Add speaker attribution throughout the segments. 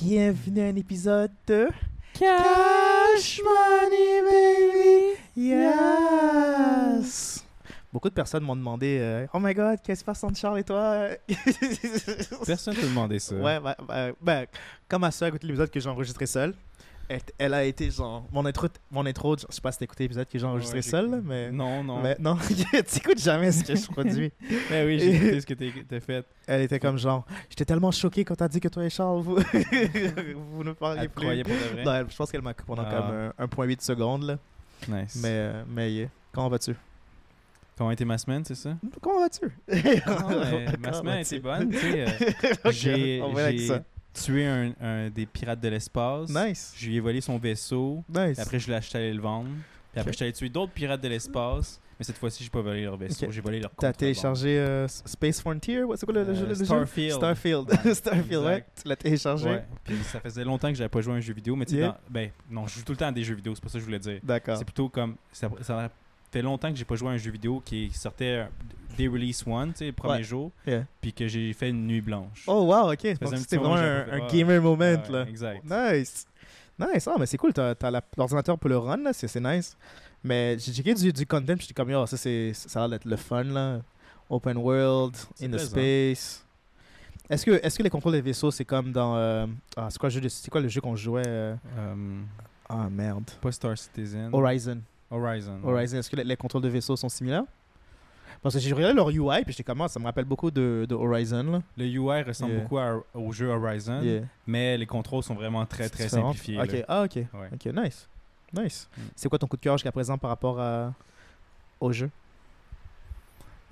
Speaker 1: Bienvenue à un épisode de
Speaker 2: Cash Money Baby.
Speaker 1: Yes! Beaucoup de personnes m'ont demandé euh, Oh my god, qu'est-ce qui se passe entre Charles et toi
Speaker 2: Personne ne t'a demandé ça.
Speaker 1: Ouais, ouais, ouais. Ben, comme ma soeur a écouté l'épisode que j'ai enregistré seul, elle, elle a été genre. Mon intro, mon intro je sais pas si t'as écouté l'épisode que j'ai enregistré
Speaker 2: Ouais, j'ai
Speaker 1: seul,
Speaker 2: écouté.
Speaker 1: mais.
Speaker 2: Non, non.
Speaker 1: Mais
Speaker 2: Mais,
Speaker 1: non, t'écoutes jamais ce que je produis.
Speaker 2: oui, j'ai écouté ce que t'es- t'as fait.
Speaker 1: Elle était comme genre, j'étais tellement choqué quand t'as dit que toi et Charles, vous, vous ne parlez
Speaker 2: Elle te
Speaker 1: plus.
Speaker 2: croyait pour de vrai.
Speaker 1: Non, elle- je pense qu'elle m'a coupé pendant
Speaker 2: Ah.
Speaker 1: comme euh, 1.8 secondes. Là.
Speaker 2: Nice.
Speaker 1: Mais, euh, mais yeah. comment vas-tu?
Speaker 2: Comment a été ma semaine, c'est ça?
Speaker 1: Comment vas-tu?
Speaker 2: Non, mais Ah, ma
Speaker 1: Ah Comment
Speaker 2: semaine a
Speaker 1: vas-tu?
Speaker 2: été bonne. tu sais, euh,
Speaker 1: Ok,
Speaker 2: j'ai
Speaker 1: on va avec
Speaker 2: j'ai
Speaker 1: ça.
Speaker 2: tué un, un des pirates de l'espace.
Speaker 1: Nice.
Speaker 2: Je lui ai volé son vaisseau.
Speaker 1: Nice.
Speaker 2: Puis après, je l'ai acheté allé le vendre. Puis après, je suis allé tuer d'autres pirates de l'espace. Mais cette fois-ci, j'ai pas volé leur vaisseau.
Speaker 1: Ok.
Speaker 2: J'ai volé leur
Speaker 1: T'as
Speaker 2: contrebande.
Speaker 1: téléchargé euh, S- Space Frontier? Ouais, C'est quoi le, le
Speaker 2: Euh,
Speaker 1: jeu? le jeu?
Speaker 2: Starfield.
Speaker 1: Starfield.
Speaker 2: Ouais,
Speaker 1: Starfield, ouais.
Speaker 2: exact.
Speaker 1: Tu l'as téléchargé?
Speaker 2: Ouais. Puis ça faisait longtemps que j'avais pas joué à un jeu vidéo. Mais tu sais,
Speaker 1: Yeah.
Speaker 2: dans- ben, non, je joue tout le temps à des jeux vidéo. C'est pas ça que je voulais dire.
Speaker 1: D'accord.
Speaker 2: C'est plutôt comme. Ça, ça fait longtemps que j'ai pas joué à un jeu vidéo qui sortait euh, des release one, tu sais, le premier
Speaker 1: Ouais.
Speaker 2: jour,
Speaker 1: Yeah.
Speaker 2: puis que j'ai fait une nuit blanche.
Speaker 1: Oh wow, ok. Donc
Speaker 2: un
Speaker 1: c'était
Speaker 2: petit moment
Speaker 1: vraiment un,
Speaker 2: que j'avais fait,
Speaker 1: un
Speaker 2: ouais.
Speaker 1: gamer moment,
Speaker 2: Ouais,
Speaker 1: là.
Speaker 2: Exact.
Speaker 1: Nice. Nice. Ah, mais c'est cool. T'as t'as la- l'ordinateur pour le run, là. C'est c'est nice. Mais j'ai checké du, du content. puis J'étais comme, oh, ça, c'est- ça a l'air d'être le fun, là. Open world,
Speaker 2: C'est
Speaker 1: in the
Speaker 2: plaisant.
Speaker 1: space. Est-ce que, est que les contrôles des vaisseaux, c'est comme dans. euh, ah, c'est quoi, le jeu de- c'est quoi le jeu qu'on jouait euh,
Speaker 2: Euh,
Speaker 1: Ah, merde.
Speaker 2: pas Star Citizen.
Speaker 1: Horizon.
Speaker 2: Horizon.
Speaker 1: Horizon, est-ce que les, les contrôles de vaisseaux sont similaires Parce que j'ai regardé leur UI, puis j'étais comme, ah, ça me rappelle beaucoup de, de Horizon, là.
Speaker 2: Le UI ressemble
Speaker 1: Yeah.
Speaker 2: beaucoup à- au jeu Horizon,
Speaker 1: Yeah.
Speaker 2: mais les contrôles sont vraiment très
Speaker 1: C'est
Speaker 2: très
Speaker 1: différent.
Speaker 2: simplifiés.
Speaker 1: Ok,
Speaker 2: là.
Speaker 1: ah, ok.
Speaker 2: Ouais.
Speaker 1: Ok, nice. Nice.
Speaker 2: Mm.
Speaker 1: C'est quoi ton coup de cœur jusqu'à présent par rapport à... au jeu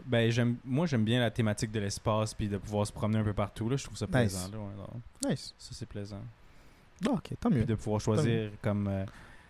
Speaker 2: Ben, j'aime, moi j'aime bien la thématique de l'espace puis de pouvoir se promener un peu partout là, je trouve ça
Speaker 1: Nice.
Speaker 2: plaisant. là, ouais, non.
Speaker 1: Nice.
Speaker 2: Ça c'est plaisant.
Speaker 1: Ah, ok, tant mieux.
Speaker 2: Puis de pouvoir choisir comme. euh,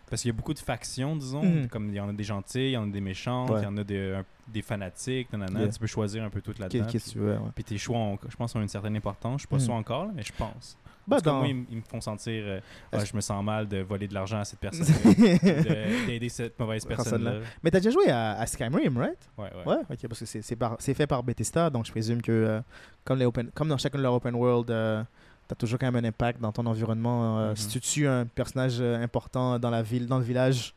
Speaker 2: parce qu'il y a beaucoup de factions, disons.
Speaker 1: Mhm.
Speaker 2: Comme il y en a des gentils, il y en a des méchants,
Speaker 1: Ouais.
Speaker 2: il y en a des, un- des fanatiques, nanana.
Speaker 1: Yeah.
Speaker 2: Tu peux choisir un peu tout
Speaker 1: Qu'est-
Speaker 2: là-dedans.
Speaker 1: Qu'est-ce que tu veux ouais.
Speaker 2: Puis tes choix, ont- je pense, ont une certaine importance. Je suis pas
Speaker 1: Mhm.
Speaker 2: sûr encore, là, mais je pense.
Speaker 1: Bah,
Speaker 2: Parce que
Speaker 1: dans-
Speaker 2: moi, ils, m- ils me font sentir. euh, Ah,
Speaker 1: Est-ce-
Speaker 2: je me sens mal de voler de l'argent à cette personne d'aider cette mauvaise
Speaker 1: Personne-là.
Speaker 2: personne-là.
Speaker 1: Mais t'as déjà joué à, à Skyrim, right
Speaker 2: Ouais, ouais.
Speaker 1: Ouais, ok, parce que c'est- c'est par- c'est fait par Bethesda, donc je présume que euh, comme, les open, comme dans chacun de leurs open world, euh, t'as toujours quand même un impact dans ton environnement. euh,
Speaker 2: Mhm.
Speaker 1: Si tu tues un personnage euh, important dans la ville, dans le village,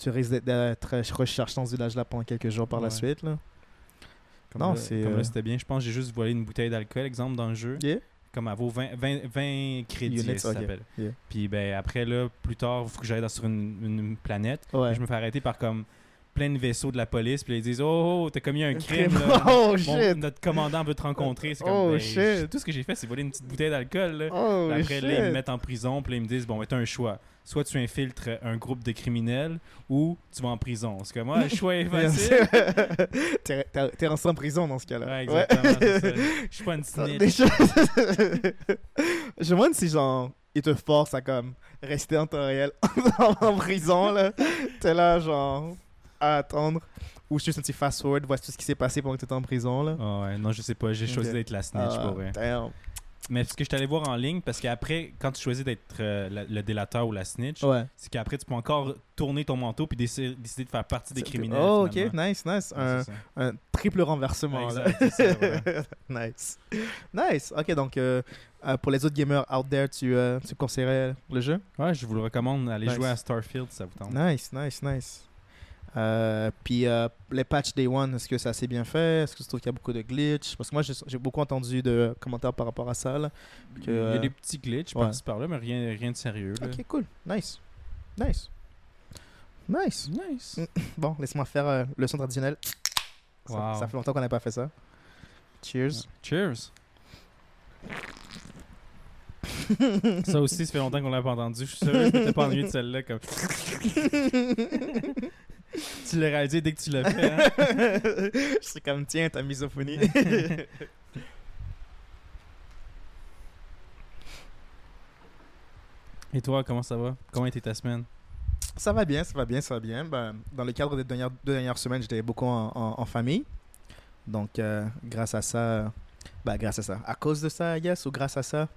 Speaker 1: tu risques d'être- d'être recherché dans ce village-là pendant quelques jours par la
Speaker 2: Ouais.
Speaker 1: suite. Là.
Speaker 2: Comme
Speaker 1: Non,
Speaker 2: là-
Speaker 1: c'est,
Speaker 2: Comme
Speaker 1: euh,
Speaker 2: là, c'était bien. Je pense que j'ai juste volé une bouteille d'alcool, exemple, dans le jeu.
Speaker 1: Yeah.
Speaker 2: comme elle vaut 20, 20, 20 crédits,
Speaker 1: Units,
Speaker 2: ça
Speaker 1: ok.
Speaker 2: s'appelle.
Speaker 1: Yeah.
Speaker 2: Puis ben, après, là, plus tard, il faut que j'aille dans- sur une, une- une planète.
Speaker 1: Ouais.
Speaker 2: Je me fais arrêter par comme plein de vaisseaux de la police. Puis là, ils disent Oh, oh, t'as commis un crime. là.
Speaker 1: Oh
Speaker 2: Mon-
Speaker 1: shit!
Speaker 2: notre commandant veut te rencontrer. C'est comme,
Speaker 1: Oh,
Speaker 2: ben,
Speaker 1: shit.
Speaker 2: je- Tout ce que j'ai fait, c'est voler une petite bouteille d'alcool. là.
Speaker 1: Oh
Speaker 2: Puis après,
Speaker 1: shit!
Speaker 2: là, ils me mettent en prison. Puis là, ils me disent Bon, ben, t'as un choix. Soit tu infiltres un groupe de criminels ou tu vas en prison. C'est comme, ah, le choix est facile.
Speaker 1: T'es- t'es- T'es resté en prison dans ce cas-là.
Speaker 2: Ouais,
Speaker 1: Ouais.
Speaker 2: exactement. c'est ça. Je suis pas une
Speaker 1: Ça,
Speaker 2: snitch.
Speaker 1: des choses- Je me demande si genre ils te forcent à comme rester en temps réel en prison là. T'es là genre à attendre ou juste un petit fast forward vois tout ce qui s'est passé pendant que t'étais en prison là.
Speaker 2: Ah ouais, non, je sais pas. J'ai choisi
Speaker 1: Ok.
Speaker 2: d'être la snitch,
Speaker 1: Ah,
Speaker 2: pour vrai.
Speaker 1: damn.
Speaker 2: Mais ce que je t'allais voir en ligne, parce qu'après, quand tu choisis d'être euh, la- le délateur ou la snitch,
Speaker 1: Ouais.
Speaker 2: c'est qu'après, tu peux encore tourner ton manteau puis décider, décider de faire partie des criminels.
Speaker 1: Oh ok,
Speaker 2: finalement.
Speaker 1: nice, nice.
Speaker 2: Ouais,
Speaker 1: Un,
Speaker 2: c'est ça.
Speaker 1: un triple renversement là.
Speaker 2: Exact, c'est ça, ouais.
Speaker 1: nice. Nice. Ok donc euh, euh, pour les autres gamers out there, tu, euh, tu conseillerais le jeu?
Speaker 2: Ouais, je vous le recommande. Allez
Speaker 1: Nice.
Speaker 2: jouer à Starfield, ça vous tente.
Speaker 1: Nice, nice, nice. Euh, puis euh, les patchs Day One, est-ce que ça s'est bien fait Est-ce que tu trouves qu'il y a beaucoup de glitch Parce que moi, j'ai j'ai beaucoup entendu de commentaires par rapport à ça. là.
Speaker 2: Il y
Speaker 1: euh,
Speaker 2: a des petits glitches
Speaker 1: ouais.
Speaker 2: par-ci par-là, mais rien, rien de sérieux. là.
Speaker 1: Ok, cool. Nice. Nice. Nice.
Speaker 2: Nice.
Speaker 1: Bon, laisse-moi faire euh, le son traditionnel. Ça,
Speaker 2: Wow.
Speaker 1: ça fait longtemps qu'on n'a pas fait ça. Cheers.
Speaker 2: Cheers. ça aussi, ça fait longtemps qu'on l'a pas entendu. Je suis sûr que t'es pas ennuyé de celle-là. Comme... tu l'as réalisé dès que tu l'as fait. hein?
Speaker 1: Je suis comme, tiens, ta misophonie.
Speaker 2: Et toi, comment ça va? Comment était ta semaine?
Speaker 1: Ça va bien, ça va bien, ça va bien. Ben, dans le cadre des dernières, deux dernières semaines, j'étais beaucoup en, en- en famille. Donc, euh, grâce à ça, euh, ben, grâce à ça, à cause de ça, yes, ou grâce à ça,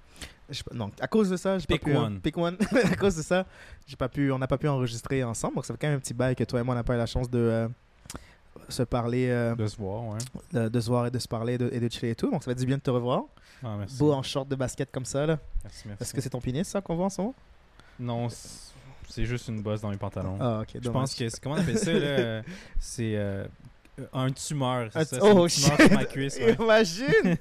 Speaker 1: j'ai pas- non, à cause de ça, j'ai pas
Speaker 2: Pick
Speaker 1: pu,
Speaker 2: one.
Speaker 1: pick one, à cause de ça, j'ai pas pu, on n'a pas pu enregistrer ensemble. Donc, ça fait quand même un petit bail que toi et moi, on n'a pas eu la chance de, euh, se parler, euh,
Speaker 2: de se voir, ouais.
Speaker 1: de, de se voir et de se parler et de, et de chiller et tout. Donc ça va être du bien de te revoir.
Speaker 2: Ah, merci.
Speaker 1: Beau en short de basket comme ça, là.
Speaker 2: Merci, merci.
Speaker 1: Est-ce que c'est ton pénis, ça, qu'on voit en ce moment
Speaker 2: Non, c'est c'est juste une bosse dans mes pantalons.
Speaker 1: Ah, ok.
Speaker 2: Je pense que c'est comment on appelle ça là C'est euh, un tumeur. c'est
Speaker 1: Ah,
Speaker 2: ça,
Speaker 1: tu-
Speaker 2: c'est une
Speaker 1: oh,
Speaker 2: tumeur sur ma cuisse. ouais.
Speaker 1: Imagine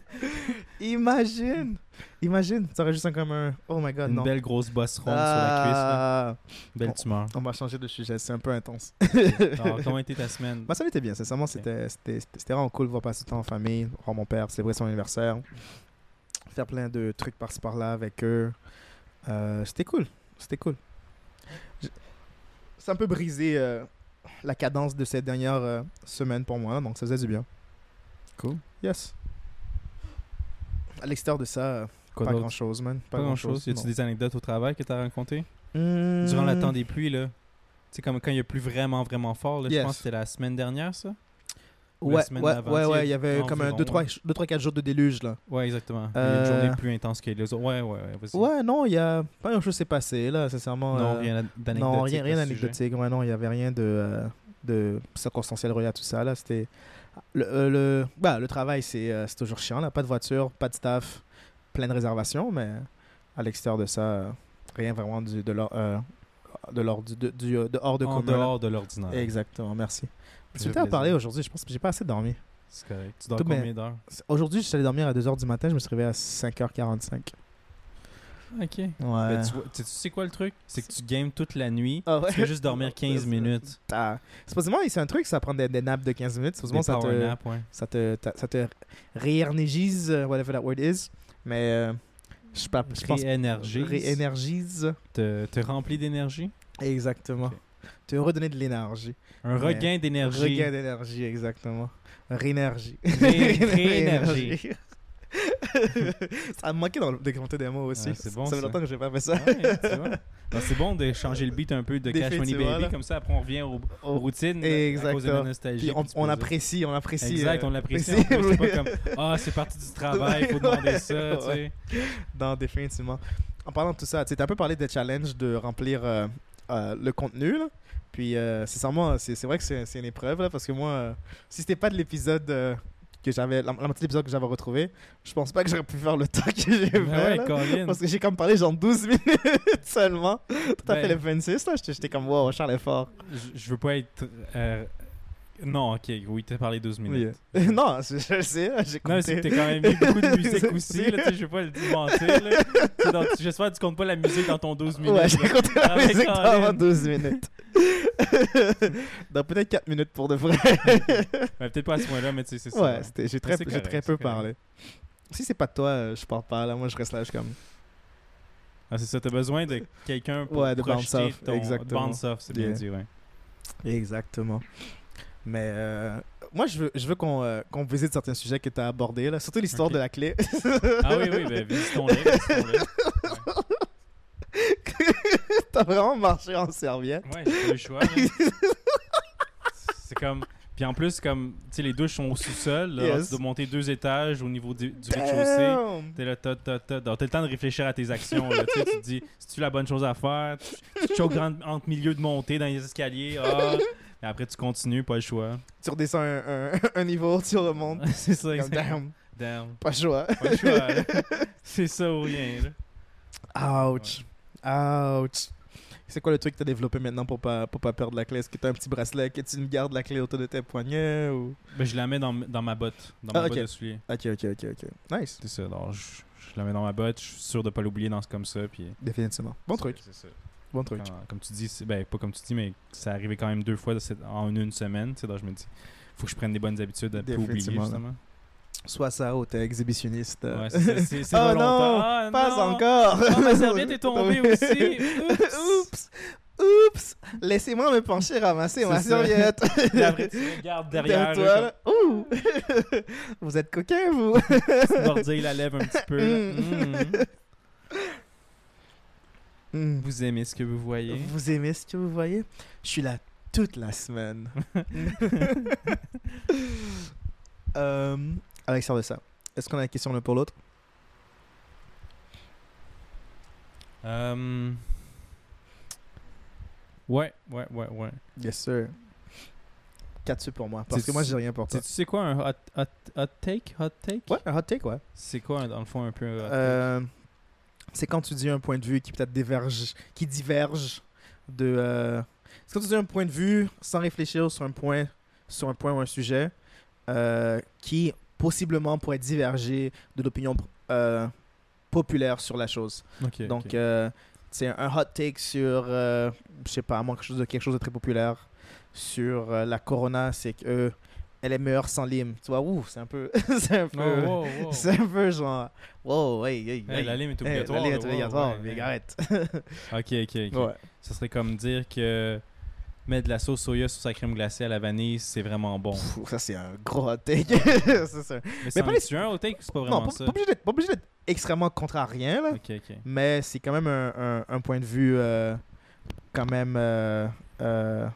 Speaker 1: Imagine Imagine Ça aurait juste un comme un. Oh my god,
Speaker 2: Une
Speaker 1: non.
Speaker 2: belle grosse bosse ronde
Speaker 1: Ah,
Speaker 2: sur la cuisse. là. Une belle tumeur.
Speaker 1: On va changer de sujet, c'est un peu intense.
Speaker 2: Alors, comment était ta semaine
Speaker 1: Bah, ça m'était bien, sincèrement, c'était c'était- c'était- c'était vraiment cool de voir passer du temps en famille, voir mon père célébrer son anniversaire, faire plein de trucs par-ci par-là avec eux. Euh, c'était cool, c'était cool. Je- Ça a un peu brisé euh, la cadence de ces dernières euh, semaines pour moi, donc ça faisait du bien.
Speaker 2: Cool.
Speaker 1: Yes. À l'extérieur de ça, euh,
Speaker 2: Quoi
Speaker 1: pas
Speaker 2: d'autre?
Speaker 1: grand-chose, Hmm, man.
Speaker 2: Pas grand chose. Y a-tu
Speaker 1: non.
Speaker 2: des anecdotes au travail que t'as racontées durant le temps des pluies là Tu sais, comme quand il y a plu vraiment, vraiment fort. Là, Je
Speaker 1: Yes.
Speaker 2: pense que c'était la semaine dernière, ça ou la
Speaker 1: Ouais,
Speaker 2: semaine
Speaker 1: ouais,
Speaker 2: d'avant,
Speaker 1: ouais,
Speaker 2: tu sais,
Speaker 1: ouais, il y avait comme un
Speaker 2: environ,
Speaker 1: 2-3-4 jours de déluge, là.
Speaker 2: Ouais, exactement. Il y a Une
Speaker 1: Euh,
Speaker 2: journée plus intense que les autres. Ouais, ouais, ouais. vas-y.
Speaker 1: Ouais, non, il y a pas grand chose s'est passé là, sincèrement.
Speaker 2: Non,
Speaker 1: euh,
Speaker 2: rien d'anecdotique.
Speaker 1: Non, rien,
Speaker 2: à
Speaker 1: rien
Speaker 2: ce sujet.
Speaker 1: d'anecdotique. Ouais, non, il y avait rien de, euh, de circonstanciel relié à tout ça là. C'était le, euh, le, bah, le travail, c'est euh, c'est toujours chiant là. Pas de voiture, pas de staff, plein de réservations, mais à l'extérieur de ça, euh, rien vraiment du, de l'or- euh, de l'ordre du, de- du, euh, de hors de
Speaker 2: En
Speaker 1: commun. là.
Speaker 2: dehors de l'ordinaire.
Speaker 1: Exactement, merci.
Speaker 2: Ça
Speaker 1: Tu
Speaker 2: fait
Speaker 1: à parler
Speaker 2: plaisir.
Speaker 1: aujourd'hui, je pense que j'ai pas assez dormi.
Speaker 2: C'est correct. Tu dors
Speaker 1: Tout bien.
Speaker 2: combien d'heures
Speaker 1: Aujourd'hui, je suis allé dormir à 2h du matin, je me suis réveillé à 5h45.
Speaker 2: Ok.
Speaker 1: Ouais.
Speaker 2: Ben, tu, vois- tu sais- tu sais quoi le truc? C'est que tu games toute la nuit.
Speaker 1: Ah ouais.
Speaker 2: Tu peux juste dormir 15 minutes.
Speaker 1: T'as- Supposément, c'est un truc, ça prend des, des nappes de 15 minutes. Supposément,
Speaker 2: Des
Speaker 1: ça
Speaker 2: power
Speaker 1: te,
Speaker 2: nap, ouais.
Speaker 1: ça te, ta- ça te réénergise, euh, whatever that word is. Mais euh, je sais pas, je pense.
Speaker 2: Réénergise.
Speaker 1: Réénergise.
Speaker 2: Te, te remplit d'énergie.
Speaker 1: Exactement.
Speaker 2: Ok.
Speaker 1: Te redonner de l'énergie.
Speaker 2: Un
Speaker 1: Ouais.
Speaker 2: regain d'énergie.
Speaker 1: Regain d'énergie, exactement. Réénergie.
Speaker 2: Ré- réénergie.
Speaker 1: ça a manqué dans le documentaire des mots aussi.
Speaker 2: Ouais, c'est bon,
Speaker 1: ça fait
Speaker 2: ça.
Speaker 1: longtemps que j'ai pas fait ça.
Speaker 2: Ouais, tu vois. Ben, c'est bon de changer le beat un peu de
Speaker 1: Des
Speaker 2: Cash
Speaker 1: faits,
Speaker 2: Money
Speaker 1: tu
Speaker 2: Baby.
Speaker 1: vois, là.
Speaker 2: Comme ça, après, on revient aux, aux routines. À cause de
Speaker 1: Exactement.
Speaker 2: la nostalgie.
Speaker 1: Puis on,
Speaker 2: puis du
Speaker 1: on
Speaker 2: plaisir.
Speaker 1: apprécie, on apprécie.
Speaker 2: Exact,
Speaker 1: euh,
Speaker 2: on l'apprécie.
Speaker 1: apprécie,
Speaker 2: en plus, C'est pas
Speaker 1: oui.
Speaker 2: comme Ah, c'est parti du travail, faut demander ça. tu sais.
Speaker 1: Ouais. Non, définitivement. En parlant de tout ça, tu as un peu parlé des challenges de remplir euh, euh, le contenu. là. Puis, euh, sincèrement, c'est c'est vrai que c'est c'est une épreuve, là, parce que moi, euh, si c'était pas de l'épisode euh, que j'avais, la, la moitié de l'épisode que j'avais retrouvé, je pense pas que j'aurais pu faire le temps que j'ai
Speaker 2: Ben
Speaker 1: fait.
Speaker 2: ouais,
Speaker 1: là.
Speaker 2: Colin.
Speaker 1: parce que j'ai comme parlé genre 12 minutes seulement. T'as
Speaker 2: Ben,
Speaker 1: fait les 26, là, j'étais j'étais comme, wow, Charles est fort.
Speaker 2: je- Je veux pas être. euh, Non, ok, oui, t'as parlé 12 minutes.
Speaker 1: Oui. non, je, je le sais, j'ai compté.
Speaker 2: Non, c'est que t'as quand même mis beaucoup de musique aussi, là, tu sais, je vais pas le mentir, là. Tu sais, donc, tu- J'espère que tu comptes pas la musique dans ton 12 minutes.
Speaker 1: Ouais,
Speaker 2: là.
Speaker 1: j'ai compté la
Speaker 2: Ah, mais
Speaker 1: musique
Speaker 2: Colin.
Speaker 1: pendant 12 minutes. Dans peut-être 4 minutes pour de vrai.
Speaker 2: Ouais, Peut-être pas à ce point-là, mais tu sais, c'est ça.
Speaker 1: ouais, c'était- j'ai très, j'ai
Speaker 2: c'est correct,
Speaker 1: très
Speaker 2: c'est
Speaker 1: peu
Speaker 2: correct.
Speaker 1: parlé. Si c'est pas de toi, euh, je parle pas. Là, moi, je reste là, je suis comme.
Speaker 2: Ah, c'est ça, t'as besoin de quelqu'un pour
Speaker 1: Ouais, de
Speaker 2: projeter
Speaker 1: bounce off,
Speaker 2: ton...
Speaker 1: exactement.
Speaker 2: bounce off, c'est bien
Speaker 1: Yeah.
Speaker 2: dit, ouais.
Speaker 1: Exactement. Mais euh, moi, je veux, je veux qu'on euh, qu'on visite certains sujets que tu as abordés, là. surtout l'histoire
Speaker 2: Ok.
Speaker 1: de la clé.
Speaker 2: Ah oui, oui, ben visitons-les, visitons-les.
Speaker 1: T'as vraiment marché en serviette.
Speaker 2: Ouais, j'ai pas eu le choix. là. c'est comme. Puis en plus, comme, tu sais, les douches sont au sous-sol, là,
Speaker 1: Yes.
Speaker 2: tu dois monter deux étages au niveau du, du rez-de-chaussée. T'es là, t'as, t'as, t'as- t'as le temps de réfléchir à tes actions. Là, tu sais, tu te dis, c'est-tu la bonne chose à faire? Tu, tu choques en, entre milieu de montée dans les escaliers. Ah. Mais après, tu continues, pas le choix.
Speaker 1: Tu redescends un, un- un niveau, tu remontes.
Speaker 2: c'est ça,
Speaker 1: Comme,
Speaker 2: exactement.
Speaker 1: damn,
Speaker 2: Damn.
Speaker 1: pas le choix.
Speaker 2: Pas le choix. là. c'est ça ou rien. là.
Speaker 1: Ouch. Ouch. C'est quoi le truc que t'as développé maintenant pour pas, pour pas perdre la clé? Est-ce que t'as un petit bracelet? que tu gardes la clé autour de tes poignets? Ou...
Speaker 2: Ben, je la mets dans, dans ma botte, dans ma
Speaker 1: Ah, ok.
Speaker 2: botte de souliers.
Speaker 1: Ok, ok, ok, ok. Nice.
Speaker 2: C'est ça. Alors, je, je la mets dans ma botte, je suis sûr de pas l'oublier dans ce comme ça. Puis,
Speaker 1: Définitivement. Bon
Speaker 2: c'est-
Speaker 1: truc,
Speaker 2: C'est ça.
Speaker 1: bon truc.
Speaker 2: Quand- comme tu dis, c'est- ben, pas comme tu dis, mais ça arrivait quand même deux fois de cette- en une semaine. tu sais, Donc, je me dis, faut que je prenne des bonnes habitudes à pas oublier,
Speaker 1: Définitivement, là.
Speaker 2: justement.
Speaker 1: Soit ça ou t'es exhibitionniste. euh.
Speaker 2: Ouais, c'est ça, c'est- c'est
Speaker 1: Oh
Speaker 2: volontaire.
Speaker 1: non,
Speaker 2: Ah,
Speaker 1: Pas
Speaker 2: non.
Speaker 1: encore!
Speaker 2: Oh, ma serviette est tombée aussi. Oups.
Speaker 1: Oups! Oups! Laissez-moi me pencher ramasser
Speaker 2: C'est
Speaker 1: ma
Speaker 2: ça.
Speaker 1: serviette!
Speaker 2: Puis après, tu regardes derrière,
Speaker 1: toi,
Speaker 2: là,
Speaker 1: là. Ouh! vous êtes coquin, vous!
Speaker 2: comme tu bordilles la lèvre un petit peu. là. Mm.
Speaker 1: Hmm.
Speaker 2: Vous aimez ce que vous voyez?
Speaker 1: Vous aimez ce que vous voyez? Je suis là toute la semaine. euh, à l'extérieur de ça, est-ce qu'on a une question l'un pour l'autre?
Speaker 2: Euh,
Speaker 1: Ah.
Speaker 2: Ouais, ouais, ouais, ouais.
Speaker 1: Yes, sir. là-dessus pour moi. Parce
Speaker 2: C'est-
Speaker 1: que moi, j'ai rien pour
Speaker 2: Tu
Speaker 1: toi.
Speaker 2: sais- tu sais quoi, un hot, hot- hot take? Hot take?
Speaker 1: Ouais, un hot take, ouais.
Speaker 2: C'est quoi, dans le fond, un peu un hot take?
Speaker 1: Euh, c'est quand tu dis un point de vue qui peut-être diverge, qui diverge de. euh, c'est quand tu dis un point de vue sans réfléchir sur un point, sur un point ou un sujet euh, qui possiblement pourrait diverger de l'opinion euh, populaire sur la chose.
Speaker 2: Ok,
Speaker 1: Donc,
Speaker 2: ok.
Speaker 1: euh, c'est un hot take sur, euh, je sais pas, moi quelque chose de quelque chose de très populaire sur euh, la Corona, c'est que euh, elle est meilleure sans lime. Tu vois, ouh, c'est un peu, c'est un peu.
Speaker 2: Oh, wow, wow.
Speaker 1: C'est un peu genre. Wow, hey, hey,
Speaker 2: Hey,
Speaker 1: hey.
Speaker 2: la lime est
Speaker 1: Hey,
Speaker 2: obligatoire.
Speaker 1: la lime
Speaker 2: là,
Speaker 1: est
Speaker 2: wow,
Speaker 1: obligatoire,
Speaker 2: ouais,
Speaker 1: mais
Speaker 2: ouais.
Speaker 1: arrête.
Speaker 2: Ok, ok, ok.
Speaker 1: Ouais.
Speaker 2: Ce serait comme dire que mettre de la sauce soya sur sa crème glacée à la vanille, c'est vraiment bon.
Speaker 1: Pfff, ça, c'est un gros hot take. Ça, c'est un-
Speaker 2: Mais c'est
Speaker 1: pas
Speaker 2: un
Speaker 1: les-
Speaker 2: es-tu un hot take ou c'est pas vraiment
Speaker 1: Non, pas,
Speaker 2: ça?
Speaker 1: pas obligé d'être- pas obligé d'être extrêmement contrarien, là.
Speaker 2: Ok, ok.
Speaker 1: Mais c'est quand même un, un- un point de vue, euh, quand même. euh, euh,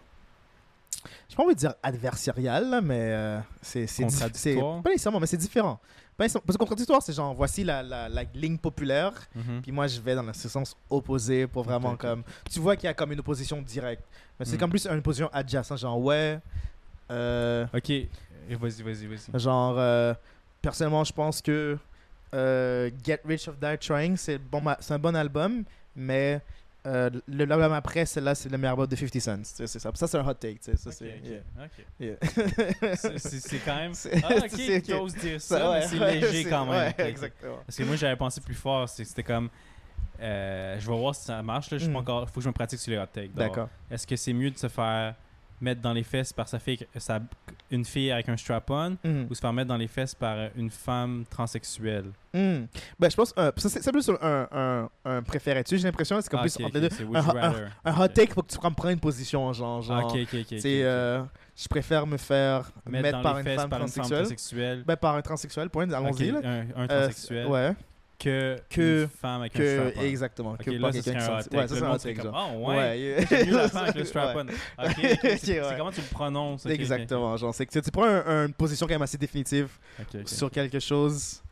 Speaker 1: J'ai pas envie de dire adversarial, là, mais euh, c'est c'est diff- c'est-
Speaker 2: Contradictoire.
Speaker 1: Pas nécessairement, mais c'est différent. Pas nécessairement- Parce que contradictoire, c'est genre, voici la- la- la ligne populaire.
Speaker 2: Mhm.
Speaker 1: Puis moi, je vais dans le sens opposé pour vraiment
Speaker 2: Ok, ok.
Speaker 1: comme. Tu vois qu'il y a comme une opposition directe. Mais c'est
Speaker 2: Hmm.
Speaker 1: comme plus une opposition adjacente, genre ouais. euh,
Speaker 2: Ok, Et vas-y, vas-y, vas-y.
Speaker 1: genre, euh, personnellement, je pense que euh, Get Rich of Die Trying, c'est bon, ma- c'est un bon album, mais euh, le- l'album après, celle-là, c'est le meilleur album de 50 Cent. Tu sais, C'est ça. Ça, c'est un hot take. tu sais, Ça,
Speaker 2: Ok,
Speaker 1: c'est.
Speaker 2: ok,
Speaker 1: yeah,
Speaker 2: ok.
Speaker 1: yeah.
Speaker 2: C'est- C'est c'est quand même.
Speaker 1: C'est-
Speaker 2: Ah, ok,
Speaker 1: c'est-
Speaker 2: tu oses dire ça,
Speaker 1: Ça,
Speaker 2: mais
Speaker 1: ouais,
Speaker 2: c'est
Speaker 1: ouais,
Speaker 2: léger
Speaker 1: c'est-
Speaker 2: quand même.
Speaker 1: ouais,
Speaker 2: Ok, ok.
Speaker 1: exactement.
Speaker 2: Parce que moi, j'avais pensé plus fort. c'est- C'était comme. euh, je vais voir si ça marche. Là, je suis pas
Speaker 1: Mm.
Speaker 2: encore. Faut que je me pratique sur les hot takes. Donc,
Speaker 1: D'accord.
Speaker 2: Est-ce que c'est mieux de se faire mettre dans les fesses par sa fille, sa- une fille avec un strap-on
Speaker 1: Hmm.
Speaker 2: ou se faire mettre dans les fesses par une femme transsexuelle?
Speaker 1: Hmm. Ben, je pense. euh, ça, c'est c'est plus un, un, un préférais-tu. J'ai l'impression que c'est comme
Speaker 2: Ah,
Speaker 1: plus
Speaker 2: ok,
Speaker 1: entre
Speaker 2: ok,
Speaker 1: les deux.
Speaker 2: c'est
Speaker 1: Un,
Speaker 2: would you
Speaker 1: un,
Speaker 2: rather.
Speaker 1: un hot
Speaker 2: Ok.
Speaker 1: take, faut que tu prennes prendre une position. Genre,
Speaker 2: Ah,
Speaker 1: genre
Speaker 2: ok, ok, ok.
Speaker 1: tu
Speaker 2: ok,
Speaker 1: sais,
Speaker 2: ok.
Speaker 1: euh, je préfère me faire mettre,
Speaker 2: Mettre dans
Speaker 1: par,
Speaker 2: les
Speaker 1: une
Speaker 2: fesses
Speaker 1: femme
Speaker 2: par une femme
Speaker 1: transsexuelle.
Speaker 2: transsexuelle.
Speaker 1: Ben, par un transsexuel, point,
Speaker 2: Ok,
Speaker 1: allons-y. là.
Speaker 2: un, un
Speaker 1: Euh,
Speaker 2: transsexuel.
Speaker 1: ouais,
Speaker 2: Que,
Speaker 1: Que-
Speaker 2: une femme avec un
Speaker 1: que,
Speaker 2: strap-on.
Speaker 1: exactement.
Speaker 2: Ok,
Speaker 1: que
Speaker 2: là,
Speaker 1: pas
Speaker 2: ça,
Speaker 1: quelqu'un
Speaker 2: c'est
Speaker 1: qui
Speaker 2: un hot
Speaker 1: sent-
Speaker 2: take.
Speaker 1: Ouais, ça,
Speaker 2: Le
Speaker 1: c'est un
Speaker 2: monde
Speaker 1: hot
Speaker 2: serait
Speaker 1: take,
Speaker 2: comme,
Speaker 1: genre.
Speaker 2: Oh, ouais.
Speaker 1: ouais.
Speaker 2: J'aime mieux la femme
Speaker 1: Ça,
Speaker 2: avec le
Speaker 1: ouais.
Speaker 2: strap-on. Ok, ok,
Speaker 1: Ok,
Speaker 2: c'est
Speaker 1: ouais.
Speaker 2: c'est comment tu le prononces. ok, ok, ok.
Speaker 1: Exactement. Genre, c'est que tu- tu prends un- une position quand même assez définitive
Speaker 2: Ok, ok.
Speaker 1: sur quelque chose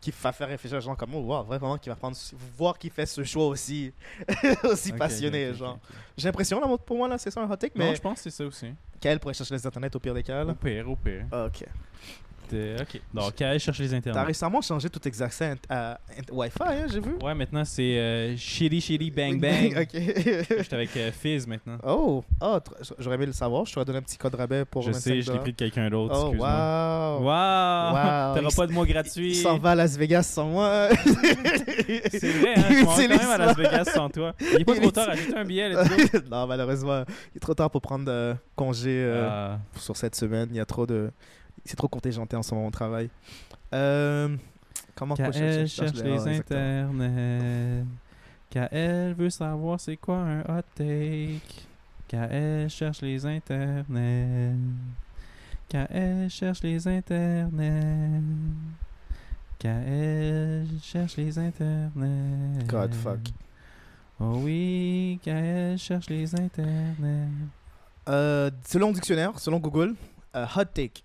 Speaker 1: qui va faire réfléchir à gens comme oh, wow, vraiment qui va prendre voir qui fait ce choix aussi aussi
Speaker 2: Ok,
Speaker 1: passionné
Speaker 2: ok, ok,
Speaker 1: genre
Speaker 2: ok.
Speaker 1: j'ai l'impression là pour moi là c'est ça un hot take
Speaker 2: Non,
Speaker 1: mais
Speaker 2: je pense que c'est ça aussi.
Speaker 1: Kael pourrait chercher les internets au pire des cas
Speaker 2: Au
Speaker 1: là.
Speaker 2: pire, au pire.
Speaker 1: ok
Speaker 2: T'es- Ok. Donc, allez chercher les
Speaker 1: t'as
Speaker 2: internets.
Speaker 1: récemment changé tout tes accès int- à int- Wi-Fi hein, j'ai vu
Speaker 2: Ouais, maintenant c'est euh, Shitty Shitty Bang Bang. Je
Speaker 1: ok
Speaker 2: suis avec euh, Fizz maintenant.
Speaker 1: oh, oh tr- j'aurais aimé le savoir je t'aurais donné un petit code rabais pour
Speaker 2: je sais, je l'ai pris de quelqu'un d'autre.
Speaker 1: oh
Speaker 2: excuse-moi.
Speaker 1: wow,
Speaker 2: Wow!
Speaker 1: Wow.
Speaker 2: T'auras pas de mots
Speaker 1: Il
Speaker 2: gratuits.
Speaker 1: s'en va à Las Vegas sans moi.
Speaker 2: C'est vrai, hein?
Speaker 1: Il
Speaker 2: je m'en vais quand
Speaker 1: utilise
Speaker 2: même à
Speaker 1: ça.
Speaker 2: Las Vegas sans toi. Il est pas
Speaker 1: Il
Speaker 2: trop tard,
Speaker 1: utilise-
Speaker 2: ajoute un billet. let's go.
Speaker 1: non, malheureusement, il est trop tard pour prendre euh, congé euh,
Speaker 2: Ah,
Speaker 1: sur cette semaine. Il y a trop de. C'est trop contingenté en ce moment au travail. Euh, Comment quoi, je- je- je
Speaker 2: KL
Speaker 1: cherche
Speaker 2: cherche
Speaker 1: le- Ah,
Speaker 2: les
Speaker 1: ouais, exactement.
Speaker 2: internets. KL veut savoir c'est quoi un hot take. KL cherche les internets. KL cherche les internets. KL cherche les internets.
Speaker 1: God fuck.
Speaker 2: Oh oui, KL cherche les internets.
Speaker 1: Euh, selon le dictionnaire, selon Google, euh, hot take,